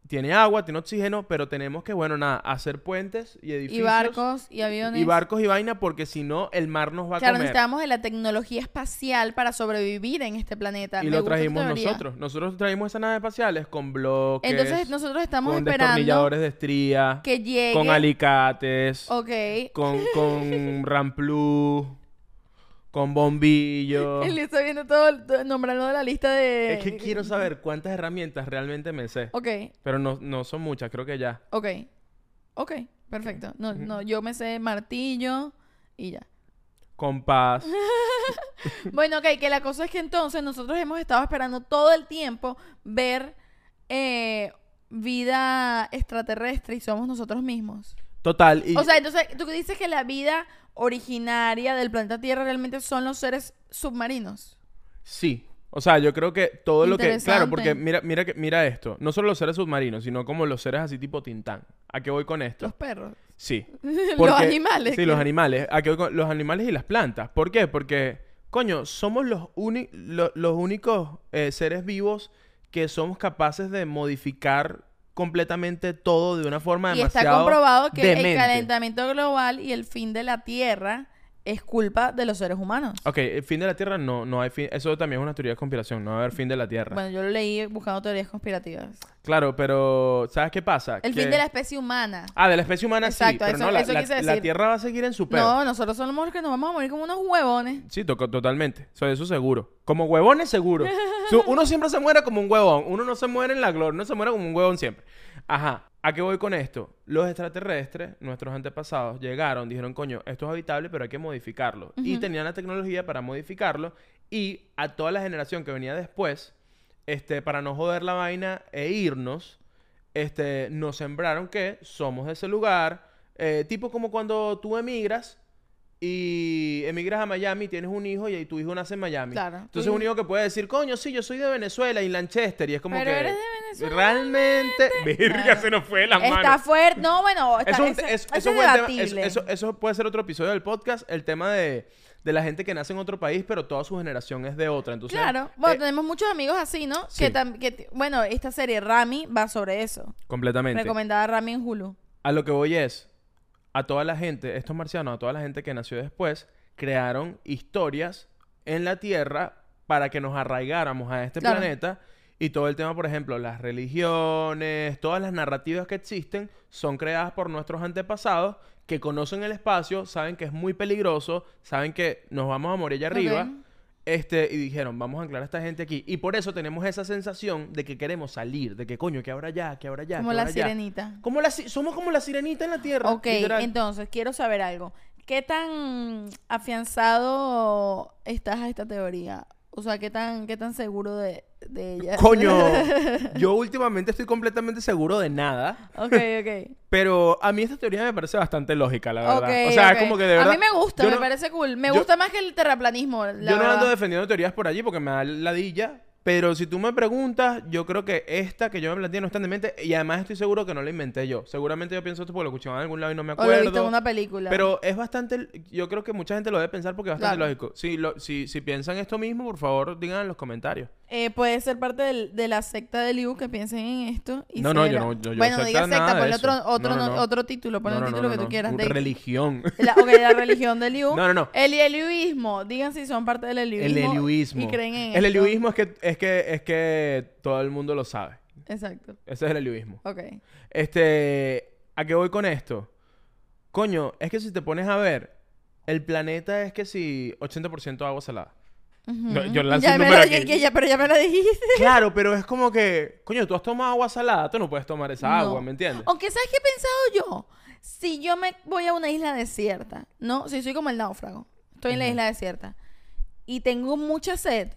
Speaker 2: tiene agua, tiene oxígeno, pero tenemos que, bueno, nada, hacer puentes y edificios.
Speaker 1: Y barcos y aviones.
Speaker 2: Y barcos y vaina, porque si no, el mar nos va a
Speaker 1: Claro,
Speaker 2: comer.
Speaker 1: necesitábamos de la tecnología espacial para sobrevivir en este planeta.
Speaker 2: Y
Speaker 1: Me
Speaker 2: lo
Speaker 1: gusta esa
Speaker 2: trajimos
Speaker 1: teoría.
Speaker 2: nosotros. Nosotros trajimos esas naves espaciales con bloques.
Speaker 1: Entonces, nosotros estamos
Speaker 2: con
Speaker 1: esperando
Speaker 2: destornilladores de estría.
Speaker 1: que llegue.
Speaker 2: Con alicates.
Speaker 1: Ok.
Speaker 2: Con, con ramplú. con bombillo.
Speaker 1: Él está viendo todo, todo nombrando de la lista de.
Speaker 2: Es que quiero saber cuántas herramientas realmente me sé.
Speaker 1: Ok,
Speaker 2: Pero no, no son muchas, creo que ya.
Speaker 1: ok. Ok, perfecto. No, no, yo me sé martillo y ya.
Speaker 2: Compás.
Speaker 1: Bueno, ok, que la cosa es que entonces nosotros hemos estado esperando todo el tiempo ver eh, vida extraterrestre y somos nosotros mismos.
Speaker 2: Total. Y
Speaker 1: O sea, entonces tú dices que la vida originaria del planeta Tierra realmente son los seres submarinos.
Speaker 2: sí. O sea, yo creo que todo lo que. Claro,
Speaker 1: Interesante.
Speaker 2: porque mira, mira, que- mira esto. No solo los seres submarinos, sino como los seres así tipo Tintán. ¿A qué voy con esto?
Speaker 1: Los perros.
Speaker 2: Sí.
Speaker 1: los animales.
Speaker 2: Sí, los animales. ¿A qué voy con- los animales y las plantas. ¿Por qué? Porque, coño, somos los, uni- lo- los únicos eh, seres vivos que somos capaces de modificar completamente todo de una forma
Speaker 1: Y está
Speaker 2: demasiado
Speaker 1: comprobado que el
Speaker 2: demente.
Speaker 1: calentamiento global y el fin de la Tierra es culpa de los seres humanos.
Speaker 2: Ok, el fin de la Tierra no, no hay fin. Eso también es una teoría de conspiración, no va a haber fin de la Tierra.
Speaker 1: Bueno, yo lo leí buscando teorías conspirativas.
Speaker 2: Claro, pero ¿sabes qué pasa?
Speaker 1: El
Speaker 2: Que-
Speaker 1: fin de la especie humana.
Speaker 2: Ah, de la especie humana sí,
Speaker 1: Exacto,
Speaker 2: pero
Speaker 1: eso-
Speaker 2: no, la,
Speaker 1: eso
Speaker 2: la-
Speaker 1: quise
Speaker 2: la
Speaker 1: decir.
Speaker 2: Tierra va a seguir en su pedo.
Speaker 1: No, nosotros somos los que nos vamos a morir como unos huevones.
Speaker 2: Sí, to- totalmente. So, eso seguro. Como huevones, seguro. So, uno siempre se muere como un huevón. Uno no se muere en la gloria. Uno se muere como un huevón siempre. Ajá. ¿A qué voy con esto? Los extraterrestres, nuestros antepasados, llegaron, dijeron, coño, esto es habitable, pero hay que modificarlo. Y tenían la tecnología para modificarlo. Y a toda la generación que venía después, este, para no joder la vaina e irnos, este, nos sembraron que somos de ese lugar. eh, tipo como cuando tú emigras y emigras a Miami, tienes un hijo y ahí tu hijo nace en Miami.
Speaker 1: Claro.
Speaker 2: Entonces un hijo que puede decir, coño, sí, yo soy de Venezuela y Lanchester. Y es como
Speaker 1: Pero
Speaker 2: que...
Speaker 1: eres de Venezuela,
Speaker 2: Realmente... Verga,
Speaker 1: Claro.
Speaker 2: se nos fue de las
Speaker 1: está
Speaker 2: manos.
Speaker 1: fuerte. No, bueno, está,
Speaker 2: Eso, es un-
Speaker 1: ese-
Speaker 2: es-
Speaker 1: ese
Speaker 2: eso
Speaker 1: es
Speaker 2: fue el tema-
Speaker 1: debatible.
Speaker 2: eso- eso- eso puede ser otro episodio del podcast, el tema de, de la gente que nace en otro país, pero toda su generación es de otra. Entonces,
Speaker 1: Claro. Bueno,
Speaker 2: eh,
Speaker 1: tenemos muchos amigos así, ¿no?
Speaker 2: sí.
Speaker 1: Que, tam- que t- bueno, esta serie Rami va sobre eso.
Speaker 2: completamente.
Speaker 1: Recomendada Rami en Hulu.
Speaker 2: A lo que voy es, a toda la gente, estos marcianos, a toda la gente que nació después, crearon historias en la Tierra para que nos arraigáramos a este
Speaker 1: Claro.
Speaker 2: planeta. Y todo el tema, por ejemplo, las religiones, todas las narrativas que existen son creadas por nuestros antepasados que conocen el espacio, saben que es muy peligroso, saben que nos vamos a morir allá arriba.
Speaker 1: Ok.
Speaker 2: Este, y dijeron, vamos a anclar a esta gente aquí. Y por eso tenemos esa sensación de que queremos salir, de que coño, que ahora ya, que ahora ya.
Speaker 1: Como
Speaker 2: que
Speaker 1: la
Speaker 2: ahora ya".
Speaker 1: sirenita.
Speaker 2: Como la, si- somos como la sirenita en la tierra.
Speaker 1: Ok,
Speaker 2: literal.
Speaker 1: entonces quiero saber algo. ¿Qué tan afianzado estás a esta teoría? O sea, ¿qué tan, qué tan seguro de, de ella?
Speaker 2: Coño, yo últimamente estoy completamente seguro de nada,
Speaker 1: ok, ok.
Speaker 2: pero a mí esta teoría me parece bastante lógica, la verdad.
Speaker 1: Ok,
Speaker 2: o sea,
Speaker 1: ok.
Speaker 2: es como que de verdad.
Speaker 1: A mí me gusta,
Speaker 2: yo
Speaker 1: me
Speaker 2: no-
Speaker 1: parece cool. Me
Speaker 2: yo-
Speaker 1: gusta más que el terraplanismo. la
Speaker 2: yo no
Speaker 1: verdad.
Speaker 2: ando defendiendo teorías por allí porque me da ladilla, pero si tú me preguntas, yo creo que esta que yo me planteé no está en mi mente y además estoy seguro que no la inventé yo. Seguramente yo pienso esto porque lo escuché en algún lado y no me
Speaker 1: O
Speaker 2: acuerdo.
Speaker 1: lo he visto en una película.
Speaker 2: Pero es bastante, yo creo que mucha gente lo debe pensar porque es bastante
Speaker 1: Claro.
Speaker 2: lógico. Si, lo- si, si piensan esto mismo, por favor, digan en los comentarios.
Speaker 1: Eh, puede ser parte del- de la secta de Liu que piensen en esto. Y
Speaker 2: No, no,
Speaker 1: se
Speaker 2: yo
Speaker 1: verá.
Speaker 2: no- yo- yo
Speaker 1: bueno, no
Speaker 2: secta
Speaker 1: digas
Speaker 2: nada
Speaker 1: secta,
Speaker 2: de
Speaker 1: ponle
Speaker 2: eso.
Speaker 1: otro, otro,
Speaker 2: No, no,
Speaker 1: no-
Speaker 2: no.
Speaker 1: otro título, ponle
Speaker 2: No,
Speaker 1: un
Speaker 2: no, no,
Speaker 1: título
Speaker 2: no,
Speaker 1: que tú
Speaker 2: no.
Speaker 1: quieras.
Speaker 2: Tu
Speaker 1: de-
Speaker 2: Religión.
Speaker 1: la, ok, la religión de Liu.
Speaker 2: No, no, no.
Speaker 1: El eliuismo. Digan si son parte del
Speaker 2: El
Speaker 1: eliuismo.
Speaker 2: eliuismo.
Speaker 1: Y creen en
Speaker 2: El
Speaker 1: esto.
Speaker 2: eliuismo es que, es, que, es que todo el mundo lo sabe.
Speaker 1: Exacto.
Speaker 2: Ese es el eliuismo.
Speaker 1: Ok.
Speaker 2: Este, ¿a qué voy con esto? Coño, es que si te pones a ver, el planeta es que si 80% agua salada. No, yo lancé
Speaker 1: Ya
Speaker 2: un
Speaker 1: me
Speaker 2: número
Speaker 1: lo-
Speaker 2: aquí.
Speaker 1: que ya- pero ya me lo dijiste.
Speaker 2: Claro, pero es como que, coño, tú has tomado agua salada, tú no puedes tomar esa
Speaker 1: No.
Speaker 2: agua, ¿me entiendes?
Speaker 1: Aunque, ¿sabes qué he pensado yo? Si yo me voy a una isla desierta, ¿no? Si soy como el náufrago, estoy en la isla desierta y tengo mucha sed,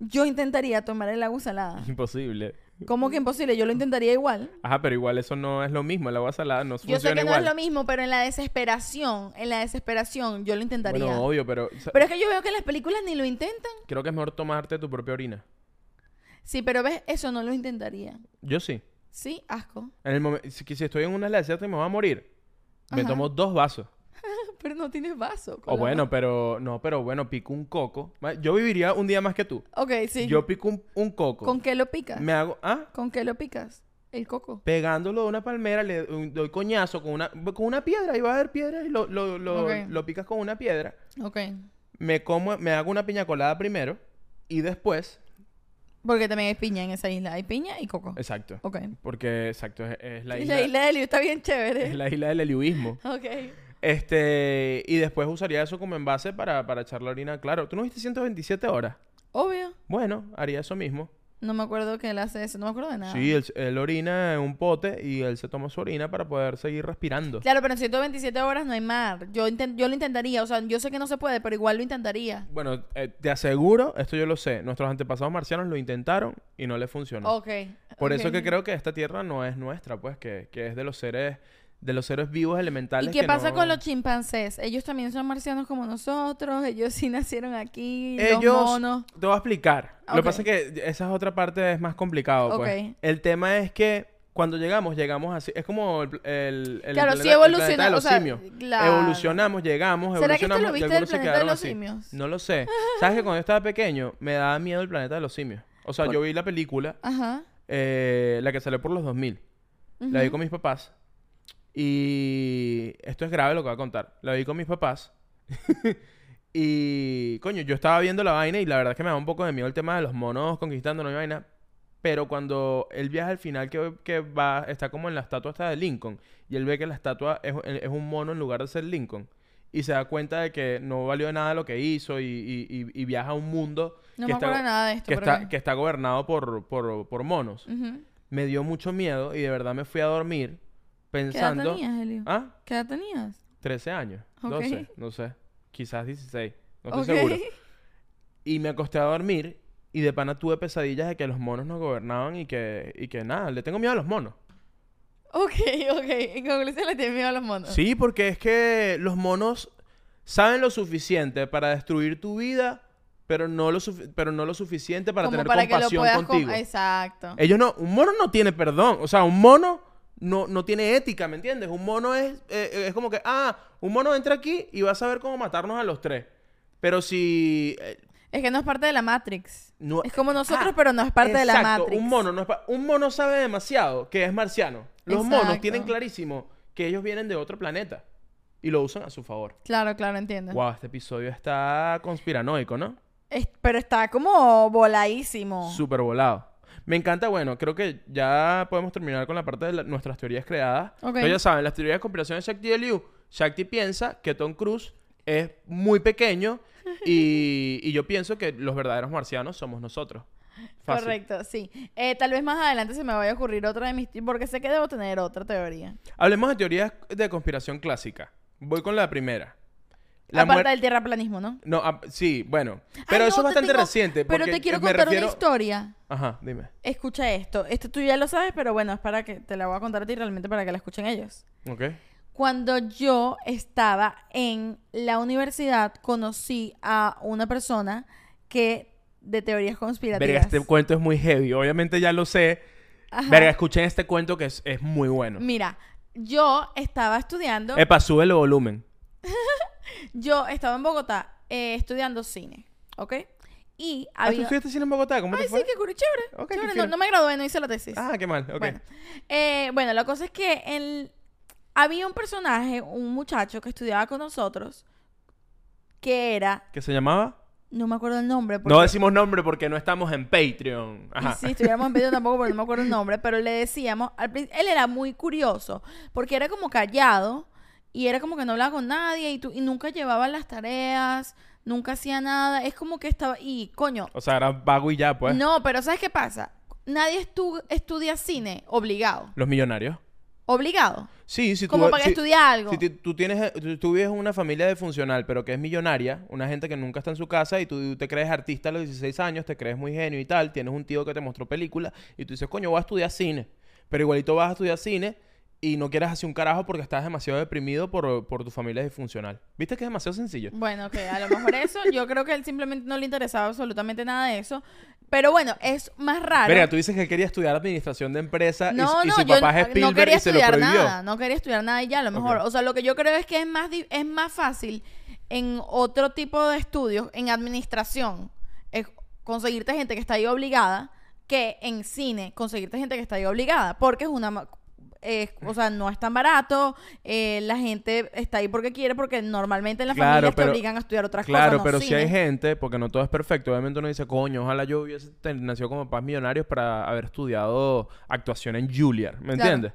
Speaker 1: yo intentaría tomar el agua salada.
Speaker 2: Imposible.
Speaker 1: ¿Cómo que imposible? Yo lo intentaría igual.
Speaker 2: Ajá, pero igual eso no es lo mismo, el agua salada no
Speaker 1: Yo sé
Speaker 2: funciona
Speaker 1: que no
Speaker 2: igual.
Speaker 1: es lo mismo, pero en la desesperación, en la desesperación, yo lo intentaría.
Speaker 2: Bueno, obvio, pero, o sea,
Speaker 1: Pero es que yo veo que en las películas ni lo intentan.
Speaker 2: creo que es mejor tomarte tu propia orina.
Speaker 1: Sí, pero ves, eso no lo intentaría.
Speaker 2: Yo sí.
Speaker 1: Sí, asco.
Speaker 2: En el momento, si, que si estoy en una isla desierta y me voy a morir, me
Speaker 1: Ajá.
Speaker 2: tomo dos vasos.
Speaker 1: Pero no tienes vaso.
Speaker 2: O bueno, pero no, pero bueno, pico un coco. Ma- Yo viviría un día más que tú.
Speaker 1: Ok, sí.
Speaker 2: Yo pico un, un coco.
Speaker 1: ¿Con qué lo picas?
Speaker 2: Me hago, ah,
Speaker 1: ¿Con qué lo picas? El coco.
Speaker 2: pegándolo de una palmera, le doy- doy coñazo con una, con una piedra, ahí va a haber piedras y lo, lo, lo,
Speaker 1: Ok.
Speaker 2: lo picas con una piedra.
Speaker 1: Ok.
Speaker 2: Me como, me hago una piña colada primero y después,
Speaker 1: Porque también hay piña en esa isla. Hay piña y coco.
Speaker 2: exacto,
Speaker 1: Ok.
Speaker 2: porque exacto, es, es la
Speaker 1: Y
Speaker 2: isla,
Speaker 1: la isla de Liu está bien chévere.
Speaker 2: es la isla del eliuismo.
Speaker 1: Ok.
Speaker 2: Este, y después usaría eso como envase para, para echar la orina, claro. ¿Tú no viste 127 horas?
Speaker 1: Obvio.
Speaker 2: Bueno, haría eso mismo.
Speaker 1: No me acuerdo que él hace eso, no me acuerdo de nada.
Speaker 2: Sí, él, él orina en un pote y él se toma su orina para poder seguir respirando.
Speaker 1: Claro, pero en 127 horas no hay mar. Yo, inten- yo lo intentaría, o sea, yo sé que no se puede, pero igual lo intentaría.
Speaker 2: Bueno, eh, te aseguro, esto yo lo sé, nuestros antepasados marcianos lo intentaron y no les funcionó.
Speaker 1: Ok.
Speaker 2: Por eso
Speaker 1: ok.
Speaker 2: que creo que esta tierra no es nuestra, pues, que, que es de los seres, de los seres vivos elementales.
Speaker 1: ¿Y qué
Speaker 2: que
Speaker 1: pasa
Speaker 2: no-
Speaker 1: con los chimpancés? Ellos también son marcianos como nosotros, ellos sí nacieron aquí, los
Speaker 2: Ellos,
Speaker 1: monos.
Speaker 2: te voy a explicar. Lo que
Speaker 1: Ok.
Speaker 2: pasa es que esa es otra parte, es más complicado. Pues.
Speaker 1: Ok.
Speaker 2: El tema es que cuando llegamos, llegamos así. Es como el, el, el
Speaker 1: Claro,
Speaker 2: planeta-
Speaker 1: sí
Speaker 2: el
Speaker 1: evoluciona-
Speaker 2: planeta de los
Speaker 1: o sea,
Speaker 2: simios.
Speaker 1: claro.
Speaker 2: Evolucionamos, llegamos,
Speaker 1: ¿Será que esto
Speaker 2: evolucionamos.
Speaker 1: lo
Speaker 2: y
Speaker 1: viste del
Speaker 2: algunos se
Speaker 1: planeta de
Speaker 2: quedaron
Speaker 1: los
Speaker 2: así.
Speaker 1: simios?
Speaker 2: No lo sé. ¿Sabes que cuando yo estaba pequeño me daba miedo el planeta de los simios? O sea, yo vi la película,
Speaker 1: Ajá.
Speaker 2: eh, la que salió por los 2000. La vi
Speaker 1: Ujú.
Speaker 2: con mis papás. Y esto es grave lo que voy a contar. La vi con mis papás. y coño, yo estaba viendo la vaina y la verdad es que me da un poco de miedo el tema de los monos conquistando la vaina. Pero cuando él viaja al final que, que va, está como en la estatua hasta de Lincoln. Y él ve que la estatua es, es un mono en lugar de ser Lincoln. Y se da cuenta de que no valió de nada lo que hizo y, y- y- y viaja a un mundo
Speaker 1: No
Speaker 2: que,
Speaker 1: me
Speaker 2: está,
Speaker 1: acuerdo nada de esto.
Speaker 2: que,
Speaker 1: pero
Speaker 2: está,
Speaker 1: bueno.
Speaker 2: que está gobernado por, por, por monos
Speaker 1: Ujú.
Speaker 2: me dio mucho miedo y de verdad me fui a dormir
Speaker 1: ¿Qué edad
Speaker 2: pensando.
Speaker 1: tenías, Helio?
Speaker 2: ¿Ah?
Speaker 1: ¿Qué edad tenías?
Speaker 2: 13 años.
Speaker 1: Ok.
Speaker 2: 12, no sé. Quizás 16. No estoy
Speaker 1: Ok.
Speaker 2: seguro. Y me acosté a dormir y de pana tuve pesadillas de que los monos nos gobernaban y que, y que nada, le tengo miedo a los monos.
Speaker 1: Ok, ok. En conclusión le tienes miedo a los monos.
Speaker 2: Sí, porque es que los monos saben lo suficiente para destruir tu vida, pero no lo, sufi- pero no lo suficiente para
Speaker 1: Como
Speaker 2: tener
Speaker 1: para que lo
Speaker 2: compasión
Speaker 1: puedas... com-
Speaker 2: contigo. Eh,
Speaker 1: Exacto.
Speaker 2: Ellos no, un mono no tiene perdón. O sea, un mono no, no tiene ética, ¿me entiendes? Un mono es, eh, eh, es como que, ah, un mono entra aquí y va a saber cómo matarnos a los tres. Pero si... eh,
Speaker 1: Es que no es parte de la Matrix.
Speaker 2: no-
Speaker 1: Es como nosotros,
Speaker 2: Ah,
Speaker 1: pero no es parte de la
Speaker 2: exacto,
Speaker 1: Matrix.
Speaker 2: Un mono, no es pa- un mono sabe demasiado que es marciano. Los monos
Speaker 1: Exacto.
Speaker 2: tienen clarísimo que ellos vienen de otro planeta y lo usan a su favor.
Speaker 1: Claro, claro, entiendo.
Speaker 2: Wow, este episodio está conspiranoico, ¿no?
Speaker 1: Es- pero está como voladísimo.
Speaker 2: Súper volado. Me encanta, bueno, creo que ya podemos terminar con la parte de la- nuestras teorías creadas.
Speaker 1: Ok.
Speaker 2: Entonces, ya saben, las teorías de conspiración de Shakti y Liu. Shakti piensa que Tom Cruise es muy pequeño y, y yo pienso que los verdaderos marcianos somos nosotros. Fácil.
Speaker 1: Correcto, sí. Eh, tal vez más adelante se me vaya a ocurrir otra de mis... te- Porque sé que debo tener otra teoría.
Speaker 2: Hablemos de teorías de conspiración clásica. Voy con la primera. La
Speaker 1: Aparte
Speaker 2: muer-
Speaker 1: del tierraplanismo, ¿no?
Speaker 2: No, ah, sí, bueno. Pero
Speaker 1: Ay,
Speaker 2: eso
Speaker 1: no,
Speaker 2: es
Speaker 1: te
Speaker 2: bastante
Speaker 1: tengo-
Speaker 2: reciente.
Speaker 1: Pero
Speaker 2: porque
Speaker 1: te quiero
Speaker 2: me
Speaker 1: contar
Speaker 2: refiero-
Speaker 1: una historia.
Speaker 2: Ajá, dime.
Speaker 1: Escucha esto. Esto tú ya lo sabes, pero bueno, es para que te la voy a contar a ti realmente para que la escuchen ellos.
Speaker 2: Ok.
Speaker 1: Cuando yo estaba en la universidad, conocí a una persona que de teorías
Speaker 2: Verga,
Speaker 1: conspirativas.
Speaker 2: este cuento es muy heavy. Obviamente ya lo sé.
Speaker 1: Ajá.
Speaker 2: Verga, escuchen este cuento que es, es muy bueno.
Speaker 1: Mira, yo estaba estudiando,
Speaker 2: Epa, sube el volumen.
Speaker 1: yo estaba en Bogotá eh, estudiando cine, ¿ok? Y
Speaker 2: Ah, ¿Tú
Speaker 1: había...
Speaker 2: estudiaste cine en Bogotá? ¿Cómo
Speaker 1: Ay,
Speaker 2: te
Speaker 1: sí,
Speaker 2: fue?
Speaker 1: qué cool, chévere.
Speaker 2: Ok, qué
Speaker 1: chévere. No,
Speaker 2: fino.
Speaker 1: no me gradué, no hice la tesis.
Speaker 2: Ah, qué mal. Ok.
Speaker 1: Bueno, eh, bueno, la cosa es que el- había un personaje, un muchacho que estudiaba con nosotros, que era,
Speaker 2: ¿Qué se llamaba?
Speaker 1: no me acuerdo el nombre.
Speaker 2: No
Speaker 1: porque-
Speaker 2: decimos nombre porque no estamos en Patreon.
Speaker 1: Y
Speaker 2: Ajá.
Speaker 1: si estuviéramos en video tampoco, porque no me acuerdo el nombre, pero le decíamos, al prin- él era muy curioso, porque era como callado y era como que no hablaba con nadie y, tú, y nunca llevaba las tareas, nunca hacía nada, es como que estaba, y coño,
Speaker 2: O sea, era vago y ya, pues.
Speaker 1: no, pero ¿sabes qué pasa? Nadie estu- estudia cine obligado,
Speaker 2: Los millonarios.
Speaker 1: obligado,
Speaker 2: Sí, si tú...
Speaker 1: como para
Speaker 2: si-
Speaker 1: que estudia algo.
Speaker 2: Si ti- tú tienes... Tú, tú vives en una familia de funcional, pero que es millonaria, una gente que nunca está en su casa y tú te crees artista a los 16 años, te crees muy genio y tal, tienes un tío que te mostró películas y tú dices, coño, voy a estudiar cine. Pero igualito vas a estudiar cine y no quieres hacer un carajo porque estás demasiado deprimido por, por tu familia disfuncional. ¿Viste que es demasiado sencillo?
Speaker 1: Bueno, que a lo mejor eso, yo creo que él simplemente no le interesaba absolutamente nada de eso. Pero bueno, es más raro.
Speaker 2: Verga, tú dices que él quería estudiar administración de empresa y-
Speaker 1: no,
Speaker 2: y,
Speaker 1: no,
Speaker 2: su
Speaker 1: yo
Speaker 2: papá es
Speaker 1: no- no
Speaker 2: Spielberg
Speaker 1: quería
Speaker 2: y se lo
Speaker 1: estudiar
Speaker 2: prohibió.
Speaker 1: nada, no quería estudiar nada y ya a lo mejor.
Speaker 2: Ok.
Speaker 1: O sea, lo que yo creo es que es más, di- es más fácil en otro tipo de estudios, en administración, es conseguirte gente que está ahí obligada que en cine conseguirte gente que está ahí obligada, porque es una... ma- eh, o sea, no es tan barato, eh, la gente está ahí porque quiere, porque normalmente en las
Speaker 2: Claro,
Speaker 1: familias te
Speaker 2: pero-
Speaker 1: obligan a estudiar otras cosas.
Speaker 2: Claro,
Speaker 1: no
Speaker 2: pero si hay
Speaker 1: cine.
Speaker 2: gente, porque no todo es perfecto, obviamente uno dice, coño, ojalá yo hubiese ten- nacido como papás millonarios para haber estudiado actuación en Juilliard, ¿me
Speaker 1: Claro.
Speaker 2: entiendes?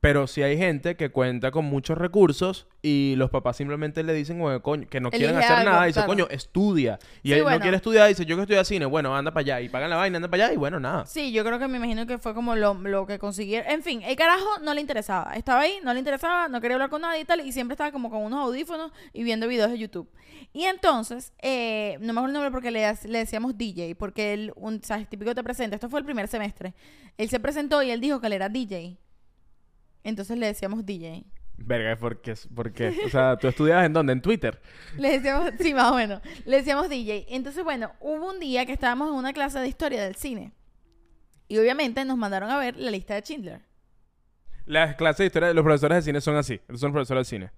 Speaker 2: Pero si hay gente que cuenta con muchos recursos y los papás simplemente le dicen, "Oye, coño, que no quieren
Speaker 1: Elige
Speaker 2: hacer
Speaker 1: algo,
Speaker 2: nada, dice,
Speaker 1: claro.
Speaker 2: coño, estudia. Y
Speaker 1: Sí,
Speaker 2: él
Speaker 1: bueno.
Speaker 2: no quiere estudiar, dice, yo que estudio cine, bueno, anda para allá. Y pagan la vaina, anda para allá y bueno, nada.
Speaker 1: Sí, yo creo que me imagino que fue como lo, lo que consiguieron. En fin, el carajo no le interesaba. Estaba ahí, no le interesaba, no quería hablar con nadie y tal. Y siempre estaba como con unos audífonos y viendo videos de YouTube. Y entonces, eh, no me acuerdo el nombre porque le, le decíamos DJ, porque él, un, o sea, el típico te presenta. Esto fue el primer semestre. Él se presentó y él dijo que él era DJ. Entonces le decíamos DJ.
Speaker 2: Verga, ¿por qué? ¿Por qué? O sea, ¿tú estudiabas en dónde? ¿En Twitter?
Speaker 1: Le decíamos, sí, más o menos. Le decíamos DJ. Entonces, bueno, hubo un día que estábamos en una clase de historia del cine. Y obviamente nos mandaron a ver la lista de Schindler.
Speaker 2: Las clases de historia de los profesores de cine son así. Esos son profesores de cine.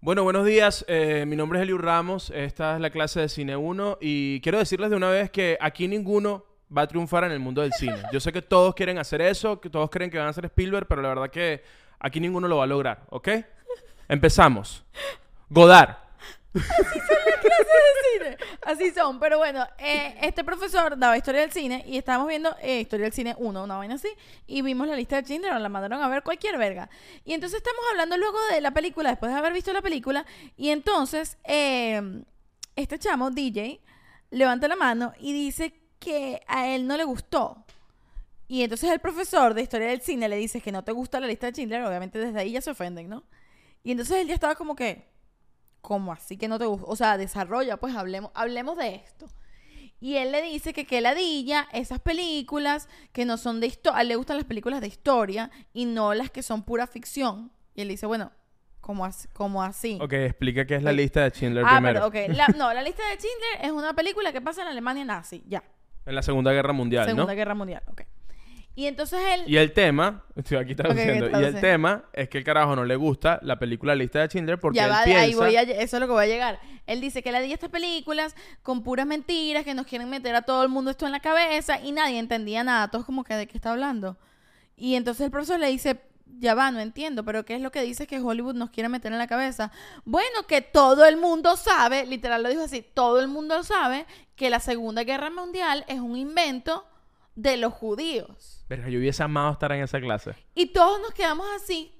Speaker 2: Bueno, buenos días. Eh, mi nombre es Eliu Ramos. Esta es la clase de Cine 1 y quiero decirles de una vez que aquí ninguno va a triunfar en el mundo del cine. Yo sé que todos quieren hacer eso, que todos creen que van a ser Spielberg, pero la verdad que aquí ninguno lo va a lograr, ¿ok? Empezamos. Godard.
Speaker 1: cine. Así son, pero bueno, eh, este profesor daba historia del cine y estábamos viendo eh, historia del cine 1, una vaina así, y vimos la lista de Schindler, nos la mandaron a ver cualquier verga. Y entonces estamos hablando luego de la película, después de haber visto la película, y entonces eh, este chamo, DJ, levanta la mano y dice que a él no le gustó. Y entonces el profesor de historia del cine le dice que no te gusta la lista de Schindler, obviamente desde ahí ya se ofenden, ¿no? Y entonces él ya estaba como que, ¿Cómo así que no te gusta? O sea, desarrolla, pues hablemos, hablemos de esto. Y él le dice que qué ladilla esas películas que no son de historia, a él le gustan las películas de historia y no las que son pura ficción. Y él dice, bueno, ¿cómo así? ¿Cómo así?
Speaker 2: Ok, explica qué es la lista de Schindler
Speaker 1: ah,
Speaker 2: primero.
Speaker 1: pero ok. La- no, la lista de Schindler es una película que pasa en Alemania nazi, ya.
Speaker 2: En la Segunda Guerra Mundial, ¿no?
Speaker 1: Segunda Guerra Mundial, ok. Y entonces él...
Speaker 2: Y el tema, estoy aquí traduciendo, y el
Speaker 1: traduce.
Speaker 2: tema es que el carajo no le gusta la película Lista de Schindler porque
Speaker 1: ya
Speaker 2: él
Speaker 1: va, de
Speaker 2: piensa...
Speaker 1: ahí voy a, lle- eso es lo que voy a llegar. Él dice que la di estas películas con puras mentiras, que nos quieren meter a todo el mundo esto en la cabeza y nadie entendía nada, todos como que de qué está hablando. Y entonces el profesor le dice, ya va, no entiendo, pero ¿qué es lo que dices que Hollywood nos quiere meter en la cabeza? Bueno, que todo el mundo sabe, literal lo dijo así, todo el mundo sabe que la Segunda Guerra Mundial es un invento de los judíos.
Speaker 2: Verga, yo hubiese amado estar en esa clase.
Speaker 1: Y todos nos quedamos así.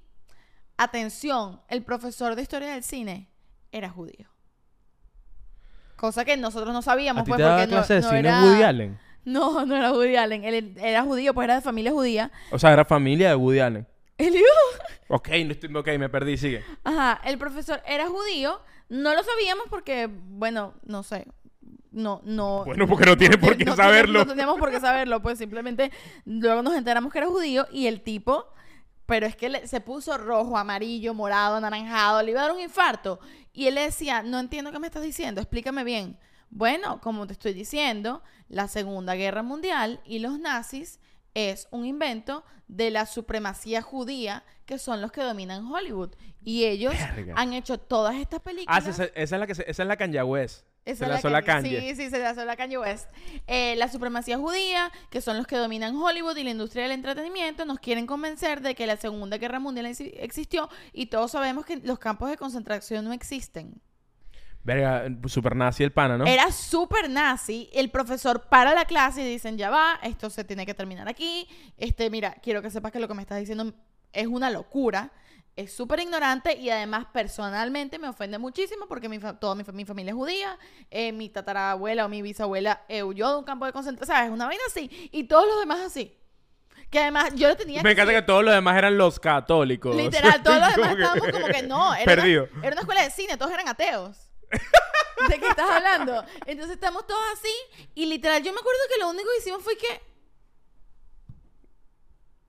Speaker 1: Atención, el profesor de historia del cine era judío. Cosa que nosotros no sabíamos,
Speaker 2: ¿A ti
Speaker 1: pues,
Speaker 2: te daba
Speaker 1: porque no,
Speaker 2: clase de
Speaker 1: no
Speaker 2: cine
Speaker 1: era...
Speaker 2: Woody Allen?
Speaker 1: No, no era Woody Allen. Él era judío, pues era de familia judía.
Speaker 2: O sea, era familia de Woody Allen.
Speaker 1: El
Speaker 2: Ok, no estoy- ok, me perdí, sigue.
Speaker 1: Ajá, el profesor era judío. No lo sabíamos porque, bueno, no sé. No, no.
Speaker 2: Bueno, porque no tiene por qué
Speaker 1: Eh, no tiene-
Speaker 2: saberlo.
Speaker 1: No teníamos por qué saberlo, pues simplemente luego nos enteramos que era judío y el tipo, pero es que le- se puso rojo, amarillo, morado, anaranjado, le iba a dar un infarto. Y él le decía, no entiendo qué me estás diciendo, explícame bien. Bueno, como te estoy diciendo, la Segunda Guerra Mundial y los nazis es un invento de la supremacía judía que son los que dominan Hollywood. Y ellos
Speaker 2: Verga.
Speaker 1: han hecho todas estas películas.
Speaker 2: Ah, sí, esa, esa es la que se- esa es la Kanye West.
Speaker 1: Esa
Speaker 2: se
Speaker 1: es
Speaker 2: la sola
Speaker 1: Kanye-
Speaker 2: Kanye.
Speaker 1: Sí, sí, se la sola Kanye West. Eh, la supremacía judía, que son los que dominan Hollywood y la industria del entretenimiento, nos quieren convencer de que la Segunda Guerra Mundial exi- existió y todos sabemos que los campos de concentración no existen.
Speaker 2: Verga, super nazi el pana, ¿no?
Speaker 1: Era súper nazi. El profesor para la clase y dicen, ya va, esto se tiene que terminar aquí. Este, mira, quiero que sepas que lo que me estás diciendo es una locura. Es súper ignorante y además personalmente me ofende muchísimo porque mi fa- toda mi, fa- mi familia es judía. eh, mi tatarabuela o mi bisabuela eh, huyó de un campo de concentración. ¿Sabes? Una vaina así. Y todos los demás así. Que además yo le tenía
Speaker 2: me encanta que todos los demás eran los católicos.
Speaker 1: Literal, todos los
Speaker 2: Como
Speaker 1: demás
Speaker 2: que-
Speaker 1: estábamos como que no. Era
Speaker 2: Perdido.
Speaker 1: Una, era una escuela de cine, todos eran ateos. ¿De qué estás hablando? Entonces estamos todos así y literal, yo me acuerdo que lo único que hicimos fue que...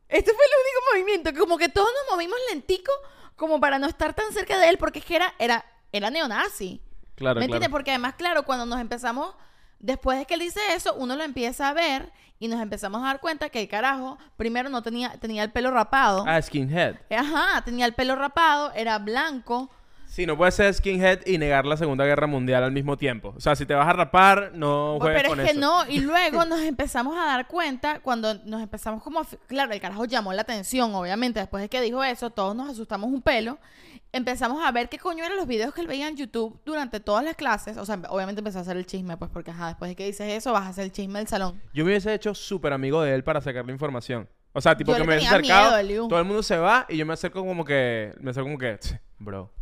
Speaker 1: Este fue el único movimiento, que como que todos nos movimos lentico como para no estar tan cerca de él porque es que era, era, era neonazi. ¿Me
Speaker 2: Claro, claro.
Speaker 1: entiendes? Porque además, claro, cuando nos empezamos, después de que él dice eso, uno lo empieza a ver y nos empezamos a dar cuenta que el carajo, primero no tenía, tenía el pelo rapado.
Speaker 2: Ah, skinhead.
Speaker 1: Ajá, tenía el pelo rapado, era blanco.
Speaker 2: Sí, no puedes ser skinhead y negar la Segunda Guerra Mundial al mismo tiempo. O sea, si te vas a rapar, no juegues
Speaker 1: pero
Speaker 2: con
Speaker 1: es que
Speaker 2: eso.
Speaker 1: no, y luego nos empezamos a dar cuenta cuando nos empezamos como... a fi- Claro, el carajo llamó la atención, obviamente, después de que dijo eso, todos nos asustamos un pelo. Empezamos a ver qué coño eran los videos que él veía en YouTube durante todas las clases. O sea, obviamente empezó a hacer el chisme, pues, porque, ajá, después de que dices eso, vas a hacer el chisme del salón.
Speaker 2: Yo me hubiese hecho súper amigo de él para sacarle información. O sea, tipo
Speaker 1: Yo
Speaker 2: que
Speaker 1: le
Speaker 2: me ves
Speaker 1: tenía
Speaker 2: acercado,
Speaker 1: miedo, Eliu.
Speaker 2: todo el mundo se va y yo me acerco como que, me acerco como que, "Tch, bro,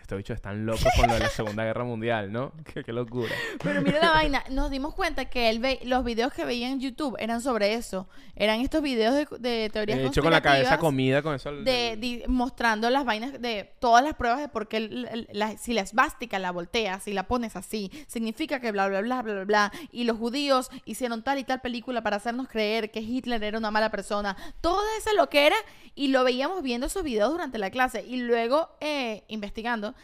Speaker 2: estos bichos están locos con lo de la Segunda Guerra Mundial, ¿no? Qué, qué locura.
Speaker 1: Pero mira la vaina, nos dimos cuenta que él ve- los videos que veía en YouTube eran sobre eso. Eran estos videos de, de teorías
Speaker 2: De Eh, hecho, con la
Speaker 1: conspirativas
Speaker 2: cabeza comida, con eso.
Speaker 1: de, di- mostrando las vainas de todas las pruebas de por qué el- el- la- si la esvástica la volteas, si la pones así, significa que bla, bla, bla, bla, bla, bla. Y los judíos hicieron tal y tal película para hacernos creer que Hitler era una mala persona. Toda esa loquera y lo veíamos viendo esos videos durante la clase y luego eh, investigando.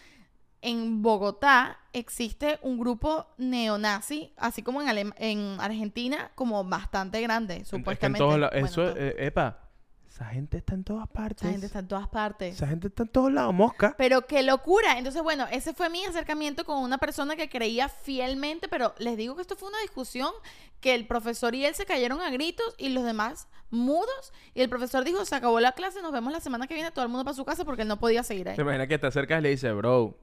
Speaker 1: En Bogotá existe un grupo neonazi, así como en, Alem- en Argentina, como bastante grande,
Speaker 2: Es que en
Speaker 1: supuestamente.
Speaker 2: todos la-
Speaker 1: Bueno,
Speaker 2: eso,
Speaker 1: to-
Speaker 2: eh, epa, esa gente está en todas partes.
Speaker 1: esa gente está en todas partes.
Speaker 2: Esa gente está en todos lados, mosca.
Speaker 1: Pero qué locura. Entonces, bueno, ese fue mi acercamiento con una persona que creía fielmente, pero les digo que esto fue una discusión que el profesor y él se cayeron a gritos y los demás mudos. Y el profesor dijo, se acabó la clase, nos vemos la semana que viene, todo el mundo para su casa porque él no podía seguir ahí.
Speaker 2: Se imagina que te acercas y le dices, bro,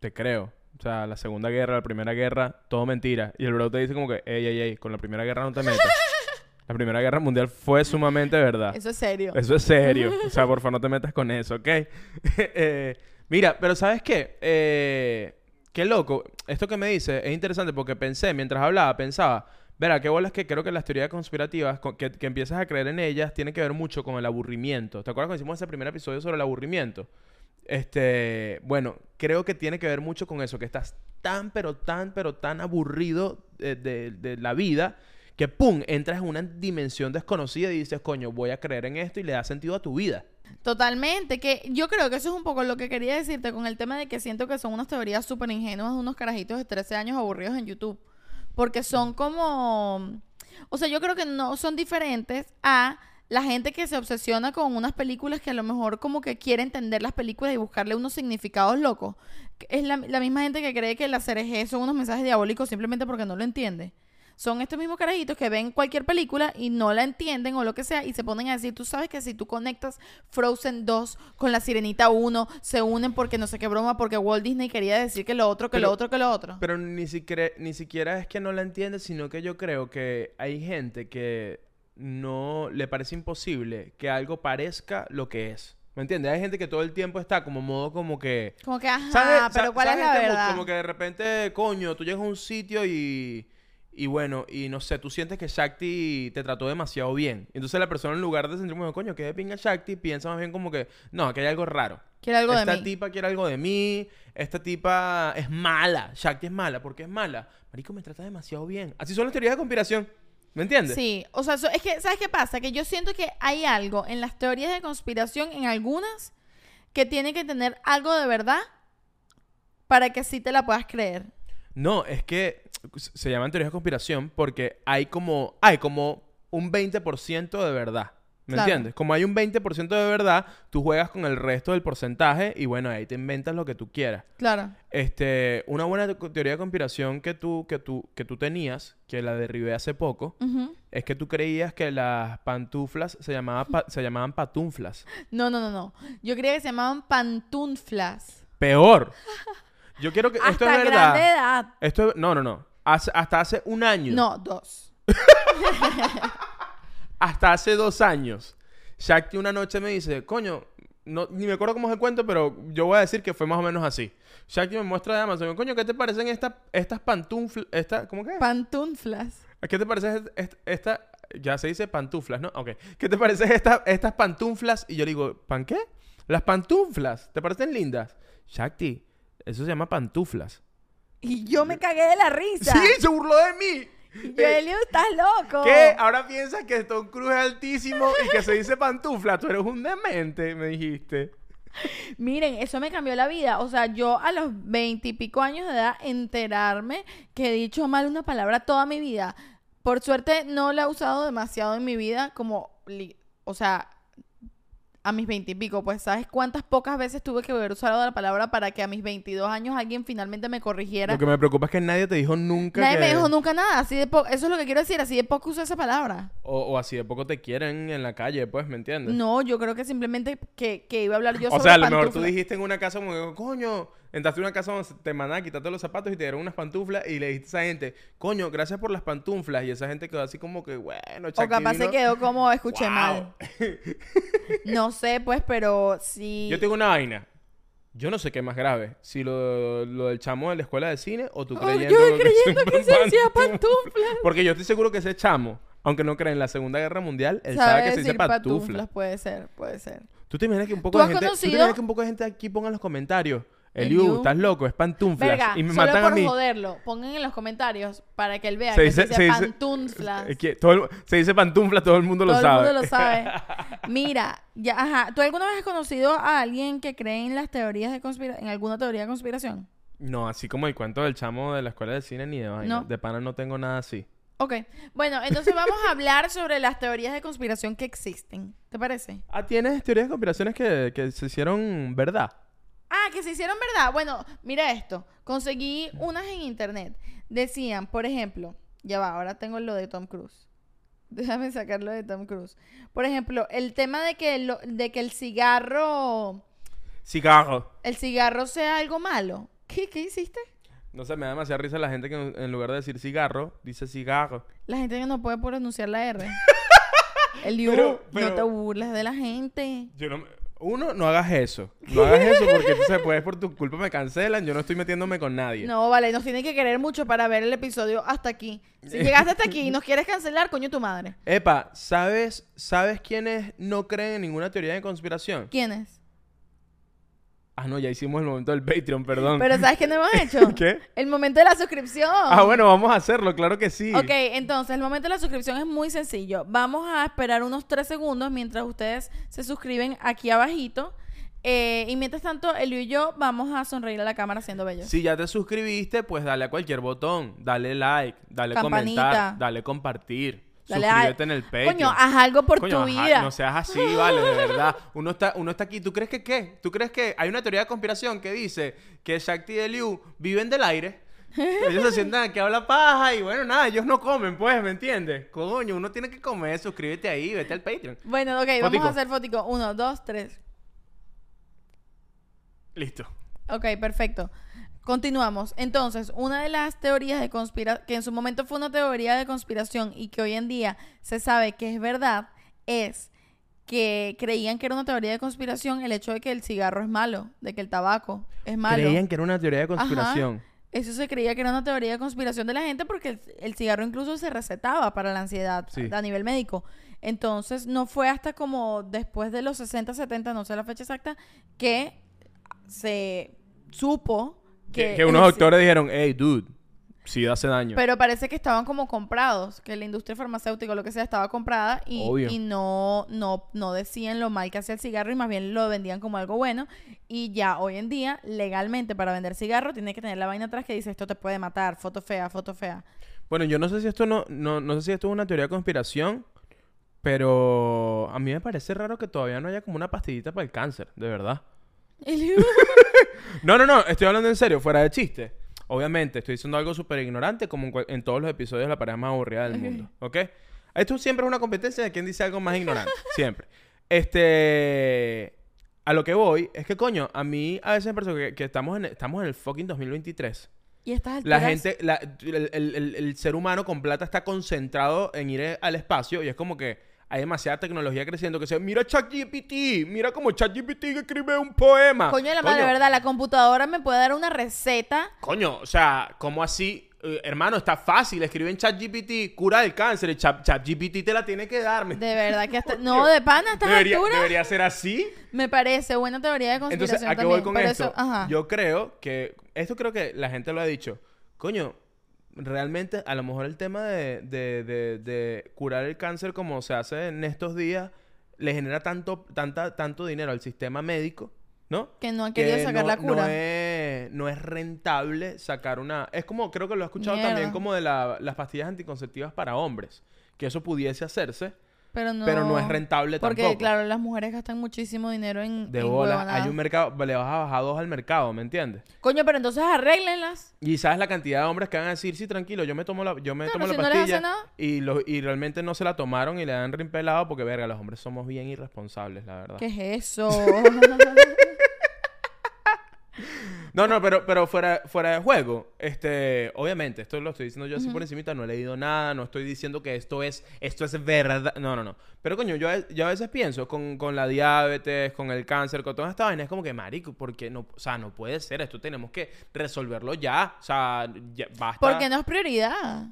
Speaker 2: te creo. O sea, la Segunda Guerra, la Primera Guerra, todo mentira. Y el bro te dice como que, ey, ey, ey, con la Primera Guerra no te metas. la Primera Guerra Mundial fue sumamente verdad.
Speaker 1: Eso es serio.
Speaker 2: Eso es serio. O sea, por favor, no te metas con eso, ¿ok? Eh, mira, pero ¿sabes qué? Eh, qué loco. Esto que me dice es interesante porque pensé, mientras hablaba, pensaba, verá, qué bolas que creo que las teorías conspirativas, co- que, que empiezas a creer en ellas, tienen que ver mucho con el aburrimiento. ¿Te acuerdas cuando hicimos ese primer episodio sobre el aburrimiento? Este, bueno, creo que tiene que ver mucho con eso, que estás tan, pero tan, pero tan aburrido eh, de, de la vida que, ¡pum!, entras en una dimensión desconocida y dices, coño, voy a creer en esto y le da sentido a tu vida.
Speaker 1: Totalmente, que yo creo que eso es un poco lo que quería decirte con el tema de que siento que son unas teorías súper ingenuas de unos carajitos de 13 años aburridos en YouTube. Porque son como... O sea, yo creo que no son diferentes a la gente que se obsesiona con unas películas que a lo mejor como que quiere entender las películas y buscarle unos significados locos. Que Es la, la misma gente que cree que las CRG son unos mensajes diabólicos simplemente porque no lo entiende. Son estos mismos carajitos que ven cualquier película y no la entienden o lo que sea y se ponen a decir, tú sabes que si tú conectas Frozen 2 con la Sirenita 1, se unen porque no sé qué broma, porque Walt Disney quería decir que lo otro, que
Speaker 2: Pero-
Speaker 1: lo otro, que lo otro.
Speaker 2: Pero ni siquiera, ni siquiera es que no la entiendes, sino que yo creo que hay gente que no le parece imposible que algo parezca lo que es. ¿Me entiendes? Hay gente que todo el tiempo está como modo como que...
Speaker 1: como que, ajá,
Speaker 2: ¿Sabes?
Speaker 1: pero
Speaker 2: Sa-
Speaker 1: ¿cuál es
Speaker 2: ¿sabes
Speaker 1: la
Speaker 2: este mood?
Speaker 1: verdad?
Speaker 2: Como que de repente, coño, tú llegas a un sitio y. Y bueno, y no sé, tú sientes que Shakti te trató demasiado bien. Entonces la persona en lugar de sentir como, coño, que de pinga Shakti, piensa más bien como que, no, que hay algo raro.
Speaker 1: Quiere algo de
Speaker 2: esta
Speaker 1: mí.
Speaker 2: tipa quiere algo de mí, esta tipa es mala, Shakti es mala, ¿por qué es mala? Marico me trata demasiado bien. Así son las teorías de conspiración, ¿me entiendes?
Speaker 1: Sí, o sea, so- es que, ¿sabes qué pasa? Que yo siento que hay algo en las teorías de conspiración, en algunas, que tiene que tener algo de verdad para que sí te la puedas creer.
Speaker 2: No, es que se llaman teorías de conspiración porque hay como, hay como un 20% de verdad. ¿Me
Speaker 1: Claro.
Speaker 2: entiendes? Como hay un 20% de verdad, tú juegas con el resto del porcentaje y bueno, ahí te inventas lo que tú quieras.
Speaker 1: Claro.
Speaker 2: Este, una buena te- teoría de conspiración que tú, que tú, que tú tenías, que la derribé hace poco, es que tú creías que las pantuflas se, llamaba pa- se llamaban patunflas.
Speaker 1: No, no, no, no. Yo creía que se llamaban pantunflas.
Speaker 2: Peor. Yo quiero que... esto
Speaker 1: Hasta
Speaker 2: es verdad.
Speaker 1: grande edad.
Speaker 2: Esto es- No, no, no. Hace- hasta hace un año.
Speaker 1: No, dos.
Speaker 2: hasta hace dos años, Shakti una noche me dice, coño, no, ni me acuerdo cómo es el cuento, pero yo voy a decir que fue más o menos así. Shakti me muestra de Amazon, coño, ¿qué te parecen estas, estas pantuflas? Esta, ¿Cómo que? es?
Speaker 1: Pantunflas.
Speaker 2: ¿Qué te parecen est- est- esta, ya se dice pantuflas, ¿no? Ok. ¿Qué te parecen esta- estas pantuflas? Y yo le digo, ¿pan qué? Las pantuflas, ¿te parecen lindas? Shakti, eso se llama pantuflas.
Speaker 1: Y yo me cagué de la risa.
Speaker 2: Sí, se burló de mí.
Speaker 1: Y Yo,
Speaker 2: Eh,
Speaker 1: Elio, estás loco.
Speaker 2: ¿Qué? Ahora piensas que Tom Cruise es altísimo y que se dice pantufla. Tú eres un demente, me dijiste.
Speaker 1: Miren, eso me cambió la vida. O sea, yo a los veintipico años de edad enterarme que he dicho mal una palabra toda mi vida. Por suerte no la he usado demasiado en mi vida como, li- o sea, a mis veintipico. Pues sabes cuántas pocas veces tuve que haber usado la palabra para que a mis 22 años alguien finalmente me corrigiera.
Speaker 2: Lo que me preocupa es que nadie te dijo nunca
Speaker 1: Nadie
Speaker 2: que...
Speaker 1: me dijo nunca nada. Así de po- eso es lo que quiero decir. Así de poco uso esa palabra.
Speaker 2: O, o así de poco te quieren en la calle, pues, ¿me entiendes?
Speaker 1: No, yo creo que simplemente que, que iba a hablar yo
Speaker 2: o
Speaker 1: sobre
Speaker 2: sea, a lo mejor tú
Speaker 1: pantufla.
Speaker 2: dijiste en una casa como que, coño, Entraste a una casa donde te mandaban a quitarte los zapatos y te dieron unas pantuflas y le dijiste a esa gente, coño, gracias por las pantuflas. Y esa gente quedó así como que, bueno,
Speaker 1: O capaz se
Speaker 2: vino-
Speaker 1: quedó como escuché
Speaker 2: ¡Wow!
Speaker 1: mal. No sé, pues, pero sí.
Speaker 2: Yo tengo una vaina. Yo no sé qué es más grave, si lo, lo del chamo de la escuela de cine o tú
Speaker 1: Oh,
Speaker 2: creyendo,
Speaker 1: yo
Speaker 2: que es
Speaker 1: creyendo
Speaker 2: un
Speaker 1: que se hacía
Speaker 2: pantufla.
Speaker 1: pantuflas.
Speaker 2: Porque yo estoy seguro que ese chamo, aunque no crea en la Segunda Guerra Mundial, él sabe,
Speaker 1: Sabe
Speaker 2: que se dice
Speaker 1: decir
Speaker 2: pantufla.
Speaker 1: pantuflas, Puede ser, puede ser.
Speaker 2: ¿Tú te imaginas que un poco
Speaker 1: ¿Tú
Speaker 2: de
Speaker 1: has
Speaker 2: gente, tú te
Speaker 1: conocido-
Speaker 2: imaginas que un poco de gente aquí ponga en los comentarios,
Speaker 1: Eliu.
Speaker 2: Eliu, estás loco, es pantuflas
Speaker 1: Verga,
Speaker 2: y me
Speaker 1: solo
Speaker 2: matan
Speaker 1: por
Speaker 2: a mí.
Speaker 1: joderlo, pongan en los comentarios para que él vea
Speaker 2: Se
Speaker 1: que
Speaker 2: dice-
Speaker 1: se
Speaker 2: se
Speaker 1: dice
Speaker 2: dice-
Speaker 1: pantuflas.
Speaker 2: Es que todo el- se dice pantufla, todo el mundo
Speaker 1: Todo
Speaker 2: lo
Speaker 1: el
Speaker 2: sabe.
Speaker 1: mundo lo sabe. Mira, ya, ajá. ¿Tú alguna vez has conocido a alguien que cree en las teorías de conspiración? ¿En alguna teoría de conspiración?
Speaker 2: No, así como el cuento del chamo de la escuela de cine ni de vaina.
Speaker 1: No.
Speaker 2: De pana no tengo nada así.
Speaker 1: Ok. Bueno, entonces vamos a hablar sobre las teorías de conspiración que existen. ¿Te parece?
Speaker 2: Ah, ¿tienes teorías de conspiraciones que, que se hicieron verdad?
Speaker 1: Ah, que se hicieron verdad. Bueno, mira esto. Conseguí unas en internet. Decían, por ejemplo, ya va, ahora tengo lo de Tom Cruise. Déjame sacar lo de Tom Cruise. Por ejemplo, el tema de que, lo- de que el cigarro
Speaker 2: Cigarro.
Speaker 1: el cigarro sea algo malo. ¿Qué, ¿Qué hiciste?
Speaker 2: No sé, me da demasiada risa la gente que en en lugar de decir cigarro, dice cigarro.
Speaker 1: La gente que no puede pronunciar la R. El U,
Speaker 2: Pero- pero-
Speaker 1: no te burles de la gente.
Speaker 2: Yo no me- Uno, no hagas eso. No hagas eso porque tú después por tu culpa me cancelan. Yo no estoy metiéndome con nadie.
Speaker 1: No, vale, nos tienen que querer mucho para ver el episodio hasta aquí. Si llegaste hasta aquí y nos quieres cancelar, coño tu madre.
Speaker 2: Epa, ¿sabes, ¿sabes quiénes no creen en ninguna teoría de conspiración?
Speaker 1: ¿Quién es?
Speaker 2: Ah, no, ya hicimos el momento del Patreon, perdón.
Speaker 1: Pero ¿sabes qué no hemos hecho?
Speaker 2: ¿Qué?
Speaker 1: El momento de la suscripción.
Speaker 2: Ah, bueno, vamos a hacerlo, claro que sí.
Speaker 1: Ok, entonces el momento de la suscripción es muy sencillo. Vamos a esperar unos 3 segundos mientras ustedes se suscriben aquí abajito. Eh, y mientras tanto, Eliu y yo vamos a sonreír a la cámara siendo bellos.
Speaker 2: Si ya te suscribiste, pues dale a cualquier botón. Dale like, dale
Speaker 1: Campanita.
Speaker 2: comentar, dale compartir.
Speaker 1: Dale a-
Speaker 2: suscríbete en el Patreon.
Speaker 1: Coño, haz algo por
Speaker 2: Coño,
Speaker 1: tu
Speaker 2: ajá,
Speaker 1: vida.
Speaker 2: No seas así, vale, de verdad. Uno está, uno está aquí. ¿Tú crees que qué? ¿Tú crees que hay una teoría de conspiración que dice que Shakti y Eliu viven del aire? Ellos se sientan que habla paja y bueno, nada, ellos no comen, pues, ¿me entiendes? Coño, uno tiene que comer, suscríbete ahí, vete al Patreon.
Speaker 1: Bueno, ok, vamos
Speaker 2: Fotico.
Speaker 1: a hacer fótico. Uno, dos, tres.
Speaker 2: Listo.
Speaker 1: Ok, perfecto. Continuamos. Entonces, una de las teorías de conspiración, que en su momento fue una teoría de conspiración y que hoy en día se sabe que es verdad, es que creían que era una teoría de conspiración el hecho de que el cigarro es malo, de que el tabaco es malo.
Speaker 2: Creían que era una teoría de
Speaker 1: Ajá.
Speaker 2: conspiración.
Speaker 1: Eso se creía que era una teoría de conspiración de la gente porque el, el cigarro incluso se recetaba para la ansiedad
Speaker 2: Sí.
Speaker 1: a nivel médico. Entonces, no fue hasta como después de los 60, 70, no sé la fecha exacta, que se supo que...
Speaker 2: Que, que unos
Speaker 1: el-
Speaker 2: doctores dijeron, hey, dude, sí hace daño.
Speaker 1: Pero parece que estaban como comprados, que la industria farmacéutica o lo que sea estaba comprada y,
Speaker 2: Obvio.
Speaker 1: y no, no, no decían lo mal que hacía el cigarro y más bien lo vendían como algo bueno. Y ya hoy en día, legalmente, para vender cigarro, tienes que tener la vaina atrás que dice esto te puede matar, foto fea, foto fea.
Speaker 2: Bueno, yo no sé si esto no, no, no sé si esto es una teoría de conspiración, pero a mí me parece raro que todavía no haya como una pastillita para el cáncer, de verdad. No, no, no, estoy hablando en serio, fuera de chiste. Obviamente, estoy diciendo algo súper ignorante, como en, cual- en todos los episodios de la pareja más aburrida del mundo, ¿ok? Esto siempre es una competencia de quién dice algo más ignorante, siempre. Este... A lo que voy es que, coño, a mí a veces me parece que, que estamos, en, estamos en el fucking 2023.
Speaker 1: y estas
Speaker 2: La
Speaker 1: alteras-
Speaker 2: gente, la- el, el- el- el ser humano con plata está concentrado en ir e- al espacio y es como que hay demasiada tecnología creciendo que se mira ChatGPT, mira como ChatGPT que escribe un poema.
Speaker 1: Coño de la madre, ¿verdad? La computadora me puede dar una receta.
Speaker 2: Coño, o sea, ¿cómo así? Eh, hermano, está fácil, escribe en ChatGPT, cura el cáncer, el Chat- ChatGPT te la tiene que dar. ¿me-
Speaker 1: De verdad que hasta... No, de pana, a estas
Speaker 2: Debería,
Speaker 1: alturas.
Speaker 2: debería ser así.
Speaker 1: Me parece buena teoría de conspiración
Speaker 2: Entonces, ¿a qué
Speaker 1: también.
Speaker 2: voy con
Speaker 1: pero
Speaker 2: esto?
Speaker 1: eso- ajá.
Speaker 2: Yo creo que... Esto creo que la gente lo ha dicho. Coño, realmente, a lo mejor el tema de, de- de- de curar el cáncer como se hace en estos días, le genera tanto, tanta, tanto dinero al sistema médico, ¿no?
Speaker 1: Que no han querido sacar
Speaker 2: no-
Speaker 1: la cura.
Speaker 2: No es, no es rentable sacar una... Es como, creo que lo he escuchado
Speaker 1: Mierda.
Speaker 2: también como de la- las pastillas anticonceptivas para hombres. Que eso pudiese hacerse.
Speaker 1: Pero no,
Speaker 2: pero no es rentable
Speaker 1: porque,
Speaker 2: tampoco.
Speaker 1: claro, las mujeres gastan muchísimo dinero en.
Speaker 2: De
Speaker 1: en
Speaker 2: bola.
Speaker 1: huevonadas.
Speaker 2: Hay un mercado... Le vas a bajar dos al mercado, ¿me entiendes?
Speaker 1: Coño, pero entonces arréglenlas.
Speaker 2: Y sabes la cantidad de hombres que van a decir, sí, tranquilo, yo me tomo la, yo me
Speaker 1: Claro,
Speaker 2: tomo la
Speaker 1: si no les hace
Speaker 2: pastilla.
Speaker 1: nada.
Speaker 2: y, los, y realmente no se la tomaron y le dan rimpelado porque, verga, los hombres somos bien irresponsables, la verdad.
Speaker 1: ¿Qué es eso?
Speaker 2: No, no, pero, pero fuera, fuera de juego, este, obviamente, esto lo estoy diciendo yo así por encimita, no he leído nada, no estoy diciendo que esto es, esto es verdad, no, no, no. Pero coño, yo, a- yo a veces pienso con, con la diabetes, con el cáncer, con todas estas vainas, es como que, marico, porque no, o sea, no puede ser, esto tenemos que resolverlo ya, o sea, ya, basta.
Speaker 1: Porque no es prioridad.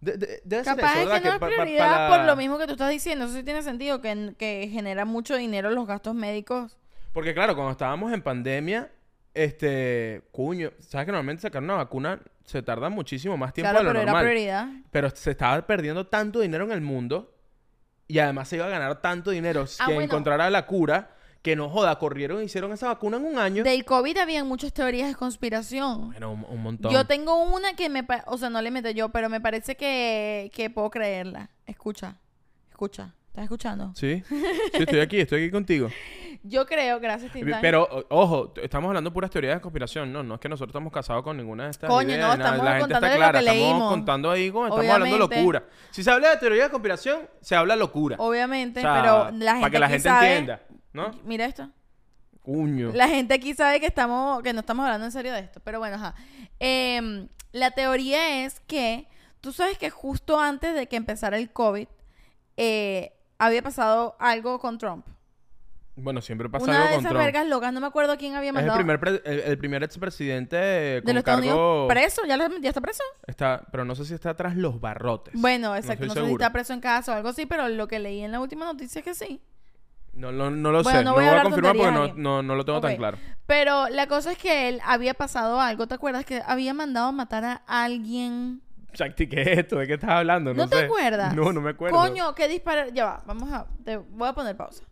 Speaker 2: De- de- debe ser
Speaker 1: Capaz
Speaker 2: Ah. eso,
Speaker 1: es
Speaker 2: ¿verdad?
Speaker 1: que no es
Speaker 2: pa- pa-
Speaker 1: prioridad
Speaker 2: para-
Speaker 1: por lo mismo que tú estás diciendo. Eso sí tiene sentido, que, que genera mucho dinero los gastos médicos.
Speaker 2: Porque claro, cuando estábamos en pandemia, este, cuño, sabes que normalmente sacar una vacuna se tarda muchísimo más tiempo
Speaker 1: Claro,
Speaker 2: de lo
Speaker 1: pero era
Speaker 2: normal.
Speaker 1: prioridad.
Speaker 2: Pero se estaba perdiendo tanto dinero en el mundo y además se iba a ganar tanto dinero
Speaker 1: Ah,
Speaker 2: que
Speaker 1: bueno.
Speaker 2: encontrara la cura que no joda, corrieron e hicieron esa vacuna en un año.
Speaker 1: Del COVID habían muchas teorías de conspiración.
Speaker 2: Bueno, un, un montón.
Speaker 1: Yo tengo una que me... pa- O sea, no le meto yo, pero me parece que, que puedo creerla. Escucha, escucha. ¿Estás escuchando?
Speaker 2: Sí, sí, estoy aquí, estoy aquí contigo.
Speaker 1: Yo creo, gracias, Tintán.
Speaker 2: Pero, o- ojo, t- estamos hablando de puras teorías de conspiración, ¿no? No es que nosotros estamos casados con ninguna de estas
Speaker 1: Coño,
Speaker 2: ideas,
Speaker 1: no,
Speaker 2: ni nada.
Speaker 1: estamos
Speaker 2: La gente
Speaker 1: contando
Speaker 2: está
Speaker 1: lo
Speaker 2: clara,
Speaker 1: que
Speaker 2: estamos
Speaker 1: leímos.
Speaker 2: contando ahí, como estamos hablando
Speaker 1: Obviamente.
Speaker 2: locura. Si se habla de teoría de conspiración, se habla locura.
Speaker 1: Obviamente,
Speaker 2: O sea,
Speaker 1: pero la gente
Speaker 2: Para que la
Speaker 1: aquí
Speaker 2: gente
Speaker 1: sabe-
Speaker 2: entienda, ¿no?
Speaker 1: Mira esto.
Speaker 2: Cuño.
Speaker 1: La gente aquí sabe que estamos, que no estamos hablando en serio de esto, pero bueno, ajá. Em, la teoría es que tú sabes que justo antes de que empezara el COVID eh, había pasado algo con Trump.
Speaker 2: Bueno, siempre pasa
Speaker 1: Una
Speaker 2: algo
Speaker 1: de
Speaker 2: con
Speaker 1: esas
Speaker 2: Trump.
Speaker 1: vergas locas, no me acuerdo quién había
Speaker 2: Es el
Speaker 1: mandado
Speaker 2: primer, pre- el, el primer expresidente eh,
Speaker 1: de
Speaker 2: con
Speaker 1: los Estados
Speaker 2: cargo...
Speaker 1: Unidos preso, ¿Ya, lo- ya está preso.
Speaker 2: Está, pero no sé si está tras los barrotes.
Speaker 1: Bueno, exacto,
Speaker 2: estoy
Speaker 1: no, sé si
Speaker 2: seguro.
Speaker 1: está preso en casa o algo así, pero lo que leí en la última noticia es que sí.
Speaker 2: No, no, no lo
Speaker 1: Bueno,
Speaker 2: sé.
Speaker 1: no
Speaker 2: No
Speaker 1: voy
Speaker 2: voy
Speaker 1: a
Speaker 2: a
Speaker 1: hablar
Speaker 2: confirmar porque
Speaker 1: tonterías
Speaker 2: no,
Speaker 1: aquí.
Speaker 2: no, no lo tengo tan
Speaker 1: Ok.
Speaker 2: claro.
Speaker 1: Pero la cosa es que él había pasado algo, ¿te acuerdas? Que había mandado a matar a alguien.
Speaker 2: Chacti, ¿qué es esto? ¿De qué estás hablando? No,
Speaker 1: ¿No, te
Speaker 2: sé.
Speaker 1: acuerdas?
Speaker 2: No, no me acuerdo.
Speaker 1: Coño, que disparar. Ya va, vamos a. Te voy a poner pausa.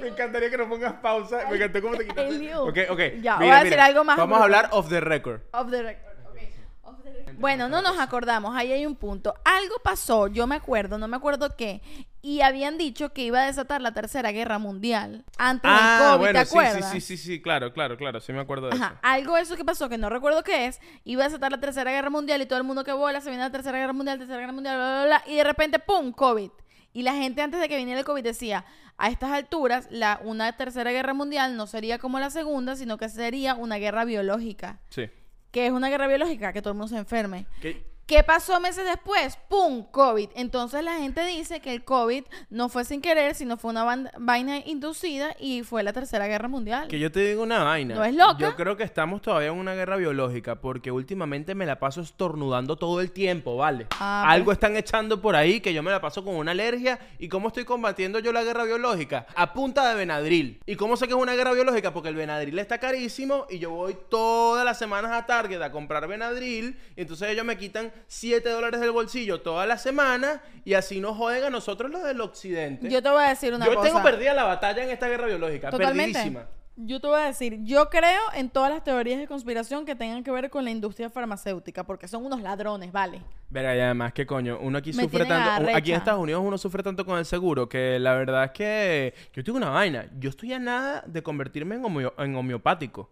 Speaker 2: Me encantaría que no pongas pausa. Me encantó cómo te quitaste.
Speaker 1: Elio.
Speaker 2: Ok, ok.
Speaker 1: Ya, voy a decir algo más
Speaker 2: Vamos a
Speaker 1: brutal.
Speaker 2: hablar off the record.
Speaker 1: Off the record. ok. Off the record. Bueno, no nos acordamos, ahí hay un punto. Algo pasó, yo me acuerdo, no me acuerdo qué. Y habían dicho que iba a desatar la tercera guerra mundial antes del
Speaker 2: Ah,
Speaker 1: COVID,
Speaker 2: bueno,
Speaker 1: ¿te
Speaker 2: sí,
Speaker 1: acuerdas?
Speaker 2: sí, sí, sí, sí, claro, claro, claro. Sí me acuerdo de
Speaker 1: Ajá,
Speaker 2: eso.
Speaker 1: algo de eso que pasó, que no recuerdo qué es, iba a desatar la tercera guerra mundial y todo el mundo que bola, se viene la tercera guerra mundial, tercera guerra mundial, bla, bla, bla, y de repente, ¡pum! COVID. Y la gente antes de que viniera el COVID decía, a estas alturas, la, una tercera guerra mundial no sería como la segunda, sino que sería una guerra biológica.
Speaker 2: Sí.
Speaker 1: que es una guerra biológica? Que todo el mundo se enferme.
Speaker 2: ¿Qué?
Speaker 1: ¿Qué pasó meses después? ¡Pum! COVID. Entonces la gente dice que el COVID no fue sin querer, sino fue una van- vaina inducida y fue la tercera guerra mundial.
Speaker 2: Que yo te digo una vaina.
Speaker 1: ¿No es loca?
Speaker 2: Yo creo que estamos todavía en una guerra biológica porque últimamente me la paso estornudando todo el tiempo, ¿vale?
Speaker 1: Ah,
Speaker 2: Algo están echando por ahí que yo me la paso con una alergia. ¿Y cómo estoy combatiendo yo la guerra biológica? A punta de Benadryl. ¿Y cómo sé que es una guerra biológica? Porque el Benadryl está carísimo y yo voy todas las semanas a Target a comprar Benadryl. Y entonces ellos me quitan 7 dólares del bolsillo toda la semana y así nos joden a nosotros los del occidente.
Speaker 1: Yo te voy a decir una
Speaker 2: Yo
Speaker 1: cosa.
Speaker 2: tengo perdida la batalla en esta guerra biológica. Perdidísima.
Speaker 1: Yo te voy a decir, yo creo en todas las teorías de conspiración que tengan que ver con la industria farmacéutica, porque son unos ladrones, ¿vale?
Speaker 2: Verga, y además, ¿qué coño? Uno aquí
Speaker 1: Me
Speaker 2: sufre
Speaker 1: tienen
Speaker 2: tanto.
Speaker 1: arrecha.
Speaker 2: Aquí en Estados Unidos uno sufre tanto con el seguro que la verdad es que. Yo tengo una vaina. Yo estoy a nada de convertirme en, homeo- en homeopático.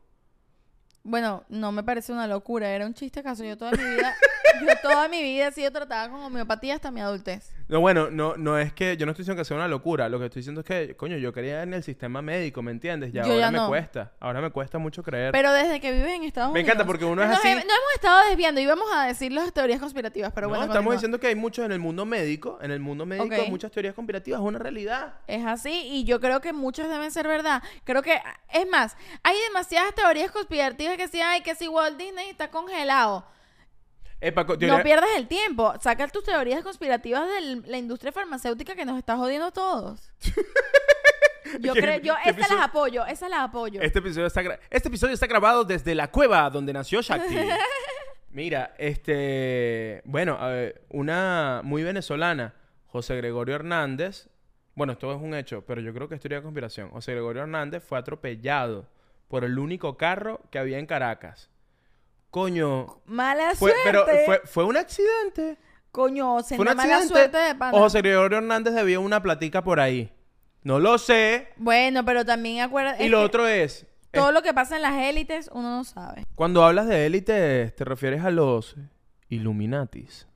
Speaker 1: Bueno, no me parece una locura, era un chiste acaso. Yo toda mi vida, yo toda mi vida he sido tratada con homeopatía hasta mi adultez.
Speaker 2: No, bueno, no, no es que. Yo no estoy diciendo que sea una locura. Lo que estoy diciendo es que, coño, yo creía en el sistema médico, ¿me entiendes? Y
Speaker 1: Yo
Speaker 2: ahora
Speaker 1: ya
Speaker 2: me
Speaker 1: no.
Speaker 2: cuesta. Ahora me cuesta mucho creer.
Speaker 1: Pero desde que vives en Estados
Speaker 2: Me
Speaker 1: Unidos.
Speaker 2: encanta porque uno es
Speaker 1: nos
Speaker 2: así.
Speaker 1: he- nos hemos estado desviando, íbamos a decir las teorías conspirativas, pero
Speaker 2: No,
Speaker 1: bueno.
Speaker 2: estamos
Speaker 1: continúa.
Speaker 2: diciendo que hay muchos en el mundo médico. En el mundo médico
Speaker 1: Ok.
Speaker 2: hay muchas teorías conspirativas. Es una realidad.
Speaker 1: Es así y yo creo que muchas deben ser verdad. Creo que, es más, hay demasiadas teorías conspirativas que sí hay, que si Walt Disney está congelado.
Speaker 2: Epa, co-
Speaker 1: No
Speaker 2: teoría-
Speaker 1: pierdas el tiempo. Saca tus teorías conspirativas de la industria farmacéutica que nos está jodiendo a todos. Yo
Speaker 2: ¿Qué-
Speaker 1: creo, yo
Speaker 2: qué
Speaker 1: esas
Speaker 2: episodio?
Speaker 1: las apoyo, esas las apoyo.
Speaker 2: Este episodio está gra- este episodio está grabado desde la cueva donde nació Shakti. Mira, este, bueno, a ver, una muy venezolana, José Gregorio Hernández. Bueno, esto es un hecho, pero yo creo que es teoría de conspiración. José Gregorio Hernández fue atropellado por el único carro que había en Caracas. Coño,
Speaker 1: Mala
Speaker 2: fue,
Speaker 1: suerte.
Speaker 2: pero fue, fue un accidente.
Speaker 1: Coño, se
Speaker 2: Fue un
Speaker 1: mala
Speaker 2: accidente.
Speaker 1: suerte de pana.
Speaker 2: O José Gregorio Hernández debió una platica por ahí. No lo sé.
Speaker 1: Bueno, pero también acuérdate.
Speaker 2: Y lo otro eh. es,
Speaker 1: Todo lo que pasa en las élites, uno no sabe.
Speaker 2: Cuando hablas de élites, te refieres a los Illuminatis.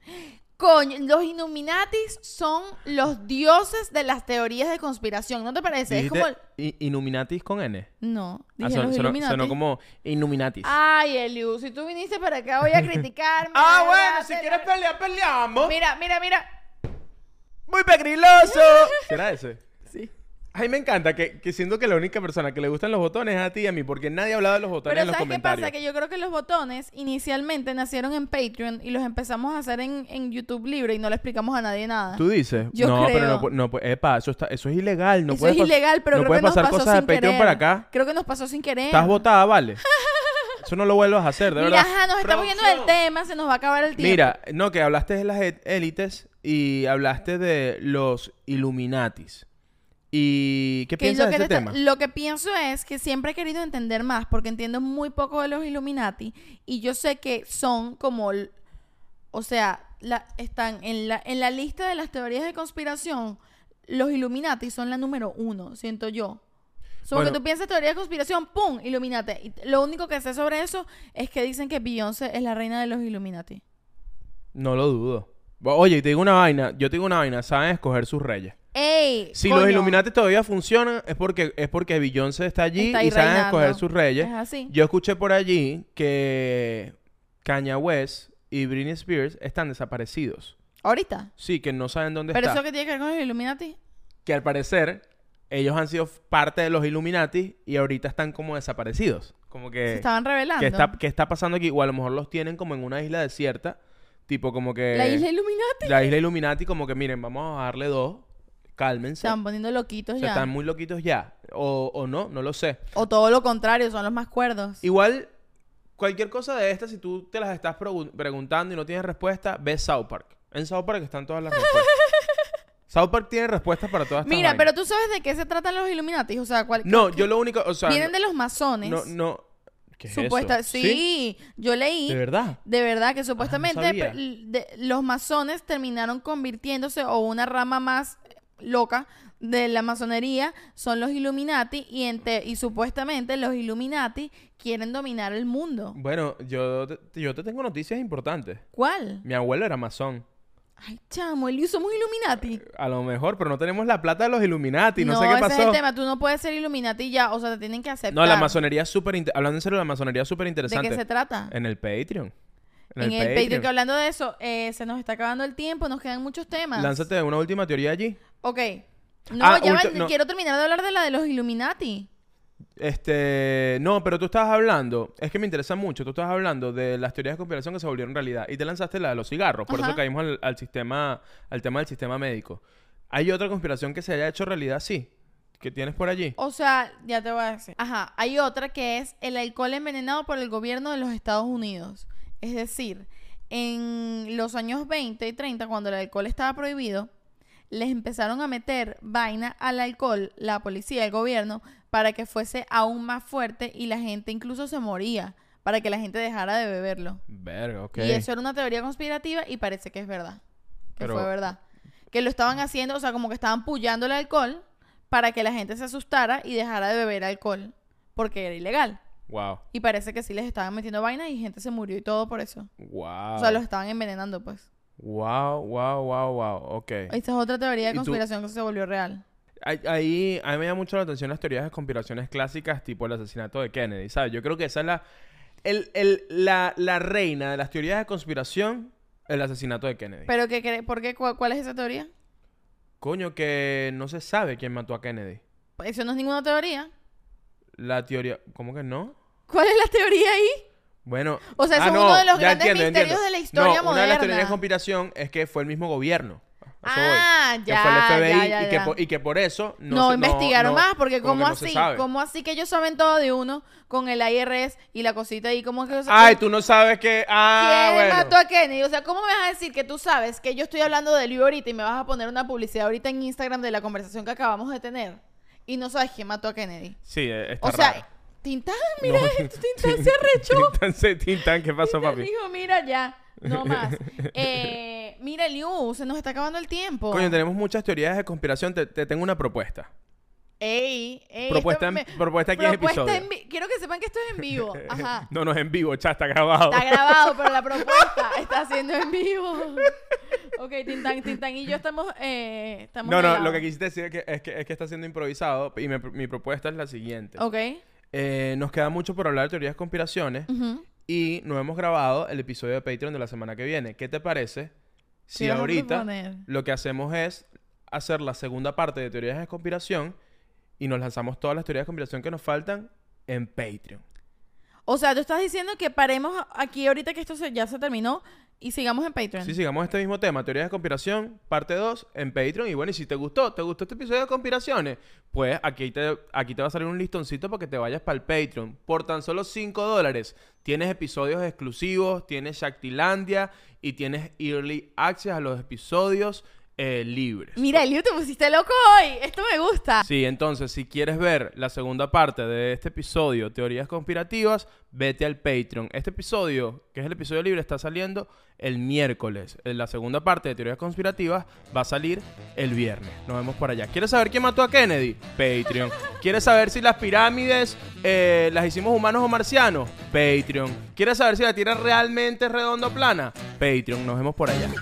Speaker 1: Coño, los Illuminatis son los dioses de las teorías de conspiración, ¿no te parece? Es
Speaker 2: Dijiste
Speaker 1: como... el-
Speaker 2: i- Illuminatis con N.
Speaker 1: No,
Speaker 2: Ah,
Speaker 1: dije
Speaker 2: son-
Speaker 1: los
Speaker 2: sonó,
Speaker 1: Illuminatis. Ah,
Speaker 2: sonó como Illuminatis.
Speaker 1: Ay, Eliu, si tú viniste para acá voy a criticarme.
Speaker 2: Ah,
Speaker 1: ¿verdad?
Speaker 2: bueno, si
Speaker 1: Te-
Speaker 2: quieres pelear, peleamos.
Speaker 1: Mira, mira, mira.
Speaker 2: Muy pegriloso. ¿Será ese?
Speaker 1: Sí.
Speaker 2: Ay, me encanta que, que siento que la única persona que le gustan los botones es a ti y a mí, porque nadie ha hablado de los botones
Speaker 1: Pero
Speaker 2: en los
Speaker 1: ¿sabes qué pasa?
Speaker 2: comentarios.
Speaker 1: Que yo creo que los botones inicialmente nacieron en Patreon y los empezamos a hacer en, en YouTube libre y no le explicamos a nadie nada.
Speaker 2: Tú dices.
Speaker 1: Yo
Speaker 2: no, pero
Speaker 1: creo.
Speaker 2: no, pu- no, pu- epa, eso, está, eso es ilegal. No
Speaker 1: Eso
Speaker 2: puedes
Speaker 1: es
Speaker 2: pas-
Speaker 1: ilegal, pero
Speaker 2: no
Speaker 1: creo
Speaker 2: puedes
Speaker 1: que nos
Speaker 2: pasar
Speaker 1: pasó
Speaker 2: cosas de
Speaker 1: sin
Speaker 2: Patreon
Speaker 1: querer.
Speaker 2: para acá.
Speaker 1: Creo que nos pasó sin querer.
Speaker 2: Estás votada, vale. Eso no lo vuelvas a hacer, de
Speaker 1: Mira,
Speaker 2: verdad.
Speaker 1: ajá, nos estamos yendo del tema, se nos va a acabar el tiempo.
Speaker 2: Mira, no, que hablaste de las e- élites y hablaste de los Illuminatis. ¿Y qué
Speaker 1: Que
Speaker 2: piensas
Speaker 1: lo,
Speaker 2: de
Speaker 1: que
Speaker 2: este
Speaker 1: te-
Speaker 2: tema?
Speaker 1: lo que pienso es que siempre he querido entender más porque entiendo muy poco de los Illuminati y yo sé que son como, l- o sea, la- están en la, en la lista de las teorías de conspiración, los Illuminati son la número uno, siento yo. Solo
Speaker 2: Bueno.
Speaker 1: que tú piensas teoría de conspiración, ¡pum! Illuminati. Y t- lo único que sé sobre eso es que dicen que Beyoncé es la reina de los Illuminati.
Speaker 2: No lo dudo. Bo- Oye, y te digo una vaina. Yo te digo una vaina. Saben escoger sus reyes.
Speaker 1: ¡Ey!
Speaker 2: Si
Speaker 1: coño!
Speaker 2: los Illuminati todavía funcionan es porque es porque Beyoncé está allí
Speaker 1: Está ahí
Speaker 2: y saben
Speaker 1: reinando.
Speaker 2: escoger sus reyes.
Speaker 1: Es así.
Speaker 2: Yo escuché por allí que Kanye West y Britney Spears están desaparecidos.
Speaker 1: Ahorita.
Speaker 2: Sí, que no saben dónde
Speaker 1: Pero
Speaker 2: está.
Speaker 1: eso que tiene que ver con los Illuminati.
Speaker 2: Que al parecer ellos han sido parte de los Illuminati y ahorita están como desaparecidos. Como
Speaker 1: Se
Speaker 2: Eh, que
Speaker 1: estaban revelando.
Speaker 2: ¿qué está qué está pasando aquí? O a lo mejor los tienen como en una isla desierta, tipo como que
Speaker 1: La isla Illuminati.
Speaker 2: la isla Illuminati como que miren, vamos a darle dos, cálmense.
Speaker 1: Están poniendo loquitos
Speaker 2: O sea,
Speaker 1: ya.
Speaker 2: están muy loquitos ya. O, o no, no lo sé.
Speaker 1: O todo lo contrario, son los más cuerdos.
Speaker 2: Igual, cualquier cosa de estas, si tú te las estás pregu- preguntando y no tienes respuesta, ve South Park. En South Park están todas las respuestas. South Park tiene respuestas para todas estas
Speaker 1: Mira,
Speaker 2: vainas.
Speaker 1: pero tú sabes de qué se tratan los Illuminati. O sea, cuál,
Speaker 2: No, yo lo único... O sea,
Speaker 1: vienen
Speaker 2: no,
Speaker 1: de los masones.
Speaker 2: no, no- ¿Qué es
Speaker 1: supuesta-
Speaker 2: eso?
Speaker 1: Sí, yo leí.
Speaker 2: ¿De
Speaker 1: De verdad.
Speaker 2: verdad? Ah,
Speaker 1: que supuestamente
Speaker 2: sabía.
Speaker 1: pre- de- los masones terminaron convirtiéndose o una rama más loca de la masonería son los Illuminati y, ente- y supuestamente los Illuminati quieren dominar el mundo.
Speaker 2: Bueno, yo te, yo te tengo noticias importantes.
Speaker 1: ¿Cuál?
Speaker 2: Mi abuelo era masón.
Speaker 1: Ay, chamo, Eliu, somos Illuminati.
Speaker 2: A lo mejor, pero no tenemos la plata de los Illuminati. No, sé qué
Speaker 1: ese
Speaker 2: pasó.
Speaker 1: es el tema. Tú no puedes ser Illuminati ya. O sea, te tienen que aceptar.
Speaker 2: No, la masonería es súper... inte- Hablando en serio, la masonería es súper
Speaker 1: ¿De
Speaker 2: interesante.
Speaker 1: qué se trata?
Speaker 2: En el Patreon.
Speaker 1: En el, Patreon. que hablando de eso, eh, se nos está acabando el tiempo. Nos quedan muchos temas.
Speaker 2: Lánzate una última teoría allí.
Speaker 1: Ok. No,
Speaker 2: Ah,
Speaker 1: ya va,
Speaker 2: ulti- no.
Speaker 1: quiero terminar de hablar de la de los Illuminati.
Speaker 2: Este, no, pero tú estabas hablando, es que me interesa mucho, tú estabas hablando de las teorías de conspiración que se volvieron realidad y te lanzaste la de los cigarros, por
Speaker 1: Ajá.
Speaker 2: eso caímos al, al sistema, al tema del sistema médico. ¿Hay otra conspiración que se haya hecho realidad? Sí, que tienes por allí.
Speaker 1: O sea, ya te voy a decir. Ajá, hay otra que es el alcohol envenenado por el gobierno de los Estados Unidos. Es decir, en los años 20 y 30, cuando el alcohol estaba prohibido, les empezaron a meter vaina al alcohol, la policía, el gobierno, para que fuese aún más fuerte y la gente incluso se moría, para que la gente dejara de beberlo.
Speaker 2: Verga, ok.
Speaker 1: Y eso era una teoría conspirativa y parece que es verdad. Que
Speaker 2: Pero-
Speaker 1: fue verdad. Que lo estaban haciendo, o sea, como que estaban puyando el alcohol para que la gente se asustara y dejara de beber alcohol. Porque era ilegal.
Speaker 2: Wow.
Speaker 1: Y parece que sí les estaban metiendo vainas y gente se murió y todo por eso.
Speaker 2: Wow.
Speaker 1: O sea, los estaban envenenando, pues.
Speaker 2: Wow, wow, wow, wow. Ok.
Speaker 1: Esta es otra teoría
Speaker 2: ¿Y
Speaker 1: de
Speaker 2: tú?
Speaker 1: conspiración que se volvió real.
Speaker 2: Ahí, ahí- a mí me llama mucho la atención las teorías de conspiraciones clásicas, tipo el asesinato de Kennedy, ¿sabes? Yo creo que esa es la, el- el- la, la reina de las teorías de conspiración, el asesinato de Kennedy.
Speaker 1: ¿Pero qué cre- ¿Por qué? ¿Cuál, cuál es esa teoría?
Speaker 2: Coño, que no se sabe quién mató a Kennedy.
Speaker 1: Eso no es ninguna teoría.
Speaker 2: La teoría... ¿Cómo que no?
Speaker 1: ¿Cuál es la teoría ahí?
Speaker 2: Bueno...
Speaker 1: O sea,
Speaker 2: ah,
Speaker 1: eso es
Speaker 2: no,
Speaker 1: uno de los
Speaker 2: ya
Speaker 1: grandes
Speaker 2: entiendo,
Speaker 1: misterios
Speaker 2: entiendo.
Speaker 1: de la historia
Speaker 2: No, Una de las teorías de
Speaker 1: moderna.
Speaker 2: conspiración es que fue el mismo gobierno. A eso
Speaker 1: Ah,
Speaker 2: voy.
Speaker 1: ya,
Speaker 2: Que fue el
Speaker 1: ya,
Speaker 2: FBI
Speaker 1: ya,
Speaker 2: y, que
Speaker 1: ya.
Speaker 2: por, y que por eso... No,
Speaker 1: No,
Speaker 2: se-
Speaker 1: investigaron
Speaker 2: no-
Speaker 1: más, porque
Speaker 2: como
Speaker 1: ¿cómo
Speaker 2: que no se
Speaker 1: así?
Speaker 2: sabe.
Speaker 1: ¿Cómo así que ellos saben todo de uno con el IRS y la cosita y cómo que...
Speaker 2: Ay, tú no sabes que... Ah,
Speaker 1: ¿Quién
Speaker 2: bueno.
Speaker 1: mató a Kennedy? O sea, ¿cómo me vas a decir que tú sabes que yo estoy hablando de Liu ahorita y me vas a poner una publicidad ahorita en Instagram de la conversación que acabamos de tener y no sabes quién mató a Kennedy?
Speaker 2: Sí, eh, está
Speaker 1: O sea,
Speaker 2: raro.
Speaker 1: Tintán, mira
Speaker 2: No.
Speaker 1: esto, Tintán se arrechó.
Speaker 2: Tintán, se- Tintán, ¿qué pasó,
Speaker 1: Tintán
Speaker 2: papi?
Speaker 1: dijo, mira ya, no más. Eh, mira, Liu, se nos está acabando el tiempo.
Speaker 2: Coño, tenemos muchas teorías de conspiración. Te, te tengo una propuesta.
Speaker 1: Ey, ey,
Speaker 2: Propuesta
Speaker 1: esto
Speaker 2: en- propuesta aquí en episodio.
Speaker 1: en vi- Quiero que sepan que esto es en vivo. Ajá.
Speaker 2: No, no es en vivo, ya está grabado.
Speaker 1: Está grabado, pero la propuesta está haciendo en vivo. Ok, Tintán, Tintán y yo estamos. eh, estamos
Speaker 2: No, no,
Speaker 1: helados.
Speaker 2: lo que quisiste decir es que, es que, es que está siendo improvisado y me- mi propuesta es la siguiente.
Speaker 1: Ok.
Speaker 2: Eh, nos queda mucho por hablar de teorías de conspiraciones
Speaker 1: ujú.
Speaker 2: y no hemos grabado el episodio de Patreon de la semana que viene. ¿Qué te parece si
Speaker 4: ¿Qué vas a
Speaker 2: ahorita
Speaker 4: proponer?
Speaker 2: lo que hacemos es hacer la segunda parte de teorías de conspiración y nos lanzamos todas las teorías de conspiración que nos faltan en Patreon?
Speaker 1: O sea, tú estás diciendo que paremos aquí ahorita que esto se- ya se terminó y sigamos en Patreon.
Speaker 2: Sí, sigamos este mismo tema, teorías de conspiración, parte 2 en Patreon. Y bueno, y si te gustó, te gustó este episodio de conspiraciones, pues aquí te, aquí te va a salir un listoncito para que te vayas para el Patreon. Por tan solo 5 dólares tienes episodios exclusivos, tienes Shaktilandia y tienes early access a los episodios eh, libres.
Speaker 1: Mira, Eliu, te pusiste loco hoy. Esto me gusta.
Speaker 2: Sí, entonces si quieres ver la segunda parte de este episodio, Teorías Conspirativas, vete al Patreon. Este episodio, que es el episodio libre, está saliendo el miércoles. Eh, La segunda parte de Teorías Conspirativas va a salir el viernes. Nos vemos por allá. ¿Quieres saber quién mató a Kennedy? Patreon. ¿Quieres saber si las pirámides eh, las hicimos humanos o marcianos? Patreon. ¿Quieres saber si la Tierra realmente es redonda o plana? Patreon. Nos vemos por allá.